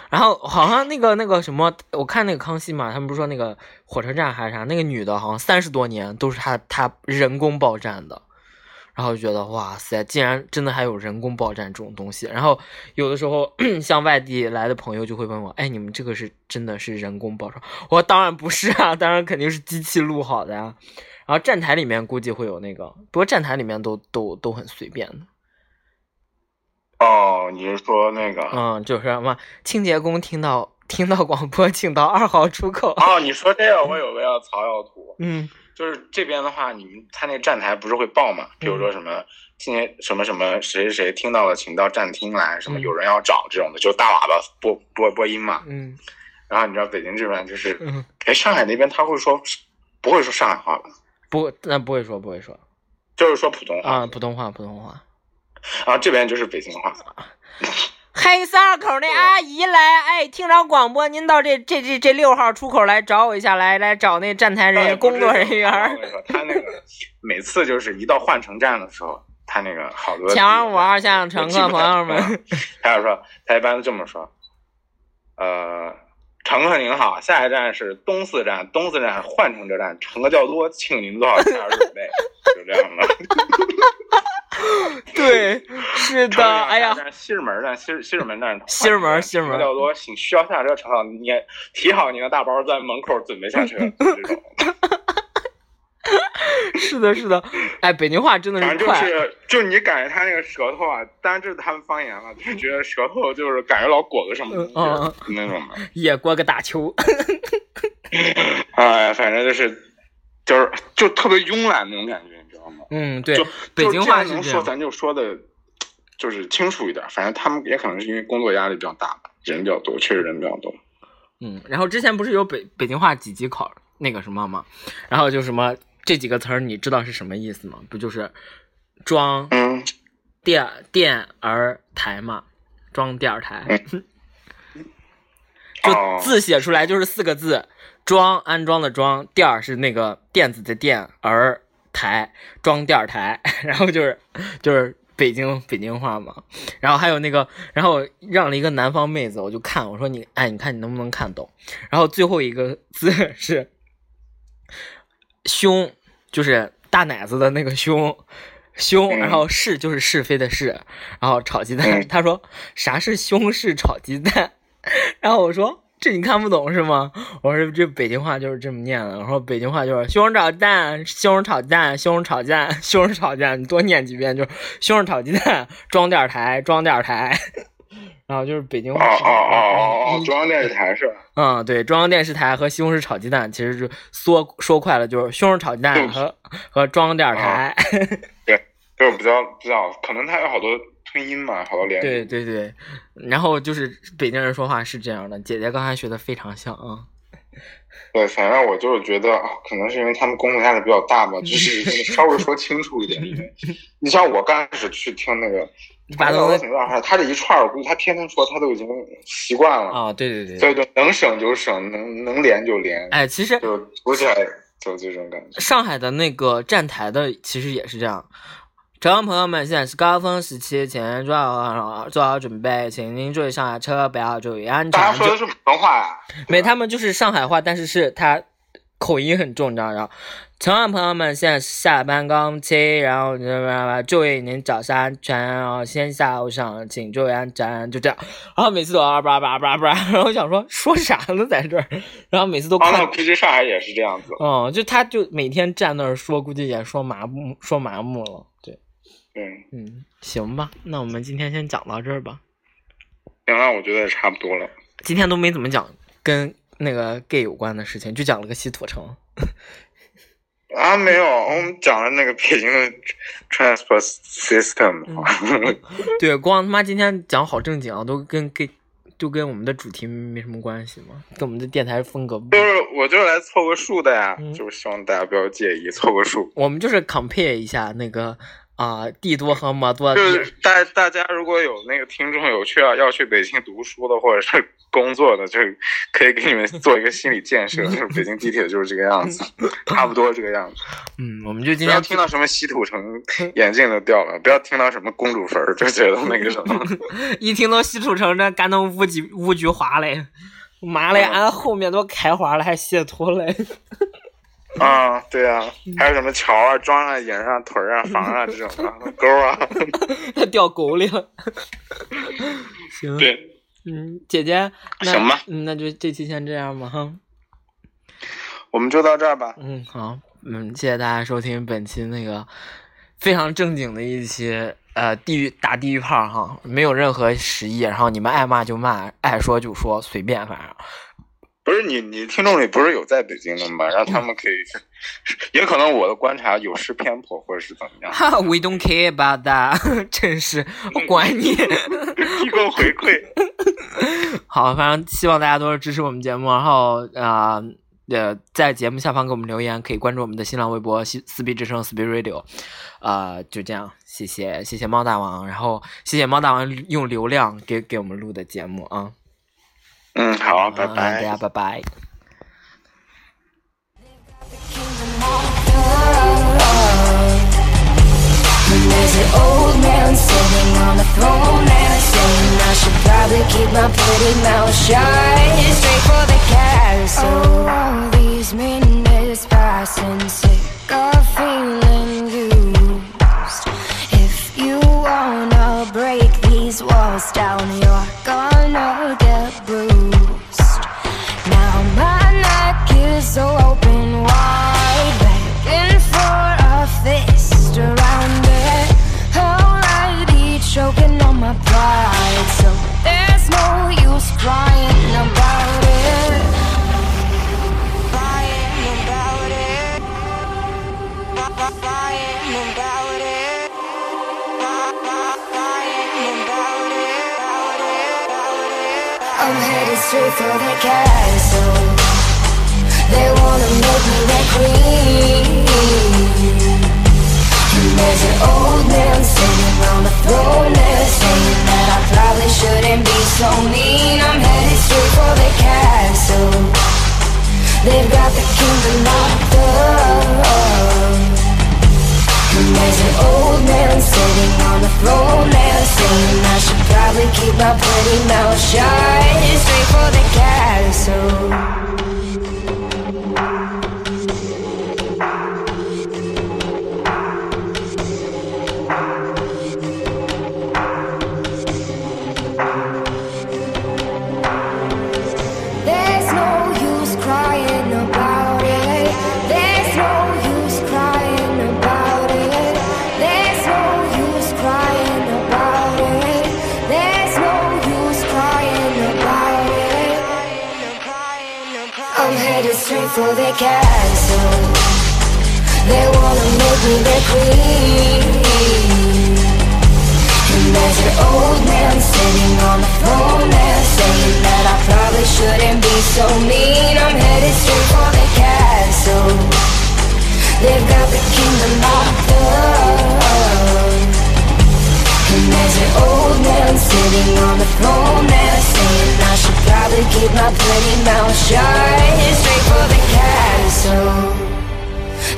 S2: 然后好像那个那个什么，我看那个康熙嘛，他们不是说那个火车站还是啥，那个女的好像三十多年都是她她人工报站的，然后就觉得哇塞，竟然真的还有人工报站这种东西。然后有的时候 [clears throat] 像外地来的朋友就会问我，哎，你们这个是真的是人工报站？我说当然不是啊，当然肯定是机器录好的呀、然后站台里面估计会有那个，不过站台里面都都都很随便的。
S3: 哦，你是说那个？
S2: 嗯，就是什么清洁工听到听到广播，请到二号出
S3: [laughs]
S2: 口。
S3: 哦，你说这个，我有个要槽要吐，
S2: 嗯
S3: 就是这边的话，你们他那站台不是会报嘛？比
S2: 嗯
S3: 如说什么今天什么什么谁谁谁听到了，请到站厅来，什么
S2: 嗯
S3: 有人要找这种的，就大喇叭播播播音嘛。
S2: 嗯
S3: 然后你知道北京这边就是，
S2: 嗯，
S3: 哎，上海那边他会说不会说上海话吧？
S2: 不，那不会说，不会说
S3: 就是说普通话，
S2: 啊，普通话，普通话。
S3: 然后这边就是北京话。
S2: 黑三口那阿姨来，哎，听着广播，您到这这这这六号出口来找我一下，来来找那站台人
S3: 哎 [laughs]
S2: 员工作人员
S3: 我
S2: 儿，
S3: 跟你说，他那个每次就是一到换乘站的时候，他那个好多
S2: 前往五二向乘客朋友们，
S3: 还有说，他一般这么说，呃，乘客您好，下一站是东四站，东四站换乘车站，乘客较多，请您做好下一准备，就这样的。
S2: 对， [laughs] 是
S3: 乘客您
S2: 的，
S3: 好
S2: 哎呀
S3: 下一，站西直门站，西直西直门站，
S2: 西直
S3: [laughs]
S2: 门西直
S3: 乘
S2: 门
S3: 客较多，请需要下车乘客，你也提好您的大包，在门口准备
S2: [laughs]
S3: 下车，就这种。
S2: 是的，是的，哎，北京话真的
S3: 反
S2: 是
S3: 正就
S2: 快，
S3: 是，就你感觉他那个舌头啊，当然这是他们方言了，就是觉得舌头就是感觉老裹个什么东西
S2: 嗯嗯
S3: [laughs] 那种的。
S2: 也过个大球，
S3: 哎，反正就是，就是就特别慵懒那种感觉，你知道吗？
S2: [laughs] 嗯，对
S3: 就，
S2: 北京话
S3: 就是既然能
S2: 这
S3: 说，
S2: 样。
S3: 咱就说的，就是清楚一点。反正他们也可能是因为工作压力比较大吧，人比较多，确实人比较多。
S2: 嗯，然后之前不是有北北京话几级考那个什么吗？然后就什么这几个词儿，你知道是什么意思吗？不就是装
S3: 嗯，
S2: 电电儿台嘛， [laughs] 装电儿台，就
S3: 哦
S2: 字写出来就是四个字，装安装的装，店儿是那个电子的电，儿台装店儿台， [laughs] 然后就是就是北京北京话嘛。然后还有那个，然后我让了一个南方妹子，我就看我说你哎，你看你能不能看懂？然后最后一个字是胸，就是大奶子的那个胸。胸，
S3: 嗯
S2: 然后是就是是非的是，然后炒鸡蛋。
S3: 嗯
S2: 他说啥是西红柿炒鸡蛋？ [laughs] 然后我说这你看不懂是吗？我说这北京话就是这么念的。我说北京话就是西红柿炒蛋，西红柿炒蛋，西红柿炒蛋，西红柿炒蛋。你多念几遍就是西红柿炒鸡蛋，装点儿台，装点儿台。然后就是北京
S3: 哦
S2: 话。
S3: 哦哦哦哦，中央电视台是吧？
S2: 嗯，对，中央电视台和西红柿炒鸡蛋，其实就说说快了就是西红柿炒鸡蛋
S3: 嗯
S2: 和和中央电视
S3: 啊
S2: 台。
S3: 对，我不知道不知道，可能它有好多吞音嘛，好多连。
S2: 对对对，然后就是北京人说话是这样的，姐姐刚才学的非常像啊。
S3: 对，反正我就是觉得，哦可能是因为他们工作压力比较大吧， [laughs] 就是稍微说清楚一点。因 [laughs] 为你像我刚开始去听那个
S2: 把
S3: 那
S2: 东
S3: 我
S2: 西
S3: 挺 [laughs] 大号，他这一串儿，我估计他天天说，他都已经习惯了。
S2: 啊，对对对，
S3: 对对，能省就省，能能连就连，
S2: 哎，其实
S3: 就读起来就这种感觉。
S2: 上海的那个站台的其实也是这样。乘客朋友们，现在是高峰时期，请您做好啊做好准备，请您注意上下车，不要注意安全
S3: 大。家说的是普通话呀、
S2: 没，他们就是上海话，但是是他口音很重，你知道吗？乘客朋友们，现在是下班刚起，然后注意您脚下安全，然后先下后上，请注意安全，就这样。然后每次都啊叭叭叭叭，然后我想说说啥呢在这儿，然后每次都
S3: 啊，
S2: 看
S3: 那，平时上海也是这样子。
S2: 嗯，就他就每天站那儿说，估计也说麻木，说麻木了。对，
S3: 对，
S2: 嗯，行吧，那我们今天先讲到这儿吧。
S3: 行了，我觉得也差不多了。
S2: 今天都没怎么讲跟那个 gay 有关的事情，就讲了个西土城。
S3: 啊，没有，我们讲了那个北京的 [laughs] transport system，、
S2: 嗯
S3: 啊
S2: 对，光他妈今天讲好正经啊，都跟跟就跟我们的主题没什么关系嘛，跟我们的电台风格不
S3: 就。是我就是来凑个数的呀，
S2: 嗯
S3: 就是希望大家不要介意凑个数。
S2: 我们就是 compare 一下那个啊、帝多和魔多
S3: 就
S2: 的
S3: 是大大家如果有那个听众有去要去北京读书的或者是工作的，就是可以给你们做一个心理
S2: [laughs]
S3: 建设，就是北京地铁就是这个样子，差不多这个样子。
S2: 嗯，我们就今
S3: 不要
S2: 天
S3: 听到什么西土城眼镜都掉了，不要听到什么公主坟儿就觉得那个什么。
S2: [laughs] 一听到西楚城这干能乌菊乌菊花嘞，妈嘞，
S3: 嗯
S2: 俺后面都开花了还卸土嘞， [laughs]
S3: [laughs] 啊，对啊，还有什么桥啊、庄啊、营啊、屯儿啊、房啊这种啊、沟啊，
S2: 掉沟里了。 [laughs] 行，
S3: 对，
S2: 嗯，姐姐，那
S3: 行吧
S2: 嗯，那就这期先这样吧哈。
S3: 我们就到这儿吧。
S2: 嗯，好，嗯，谢谢大家收听本期那个非常正经的一期，呃，地狱打地狱炮儿哈，没有任何实意，然后你们爱骂就骂，爱说就说，随便反正。 [laughs]
S3: 不是你，你听众里不是有在北京的吗？让他们可以，也可能我的观察有失偏颇，或者是怎么样， [laughs]
S2: 哈，We don't care about that，真是我管你。
S3: 提供回馈。
S2: [laughs] 好，反正希望大家多多支持我们节目，然后呃呃，在节目下方给我们留言，可以关注我们的新浪微博西四 B 之声 Speed Radio，呃，就这样，谢谢谢谢猫大王，然后谢谢猫大王用流量给给我们录的节目啊，
S3: 嗯，好，拜
S2: 嗯大
S3: 拜。
S2: 家拜拜。
S1: There's an old man sitting on a throne and saying I should probably keep my pretty mouth shut Straight for the castle All these minutes passing sick of feeling used If you wanna break these walls down You're gonna get bruised now my neck is open wide, begging for a fist around it. Alrighty, choking on my pride, so there's no use crying about it. Crying about it. Crying about it. Crying about it. I'm headed straight for the castle. They wanna make me their queen. And there's an old man sitting on the throne there saying that I probably shouldn't be so mean. I'm headed straight for the castle. They've pretty mouth shut. Straight for the castle. There's no use crying about it. There's no use crying about it. There's no use crying about it. There's no use crying about it. I'm headed straight for the castle. They wanna make me their queen. And there's an old man sitting on the throne there saying that I probably shouldn't be so mean. I'm headed straight for the castle. They've got the kingdom locked up. And there's an old man sitting on the throne there saying I should probably keep my pretty mouth shut. Headed straight for the castle.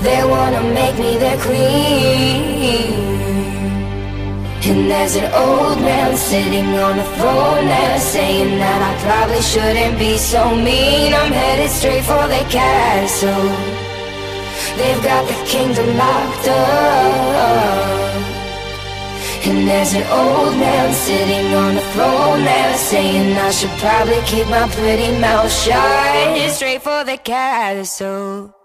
S1: They wanna make me their queen. And there's an old man sitting on a throne there saying that I probably shouldn't be so mean. I'm headed straight for the castle. They've got the kingdom locked up. And there's an old man sitting on a throne there saying I should probably keep my pretty mouth shut. Headed straight for the castle.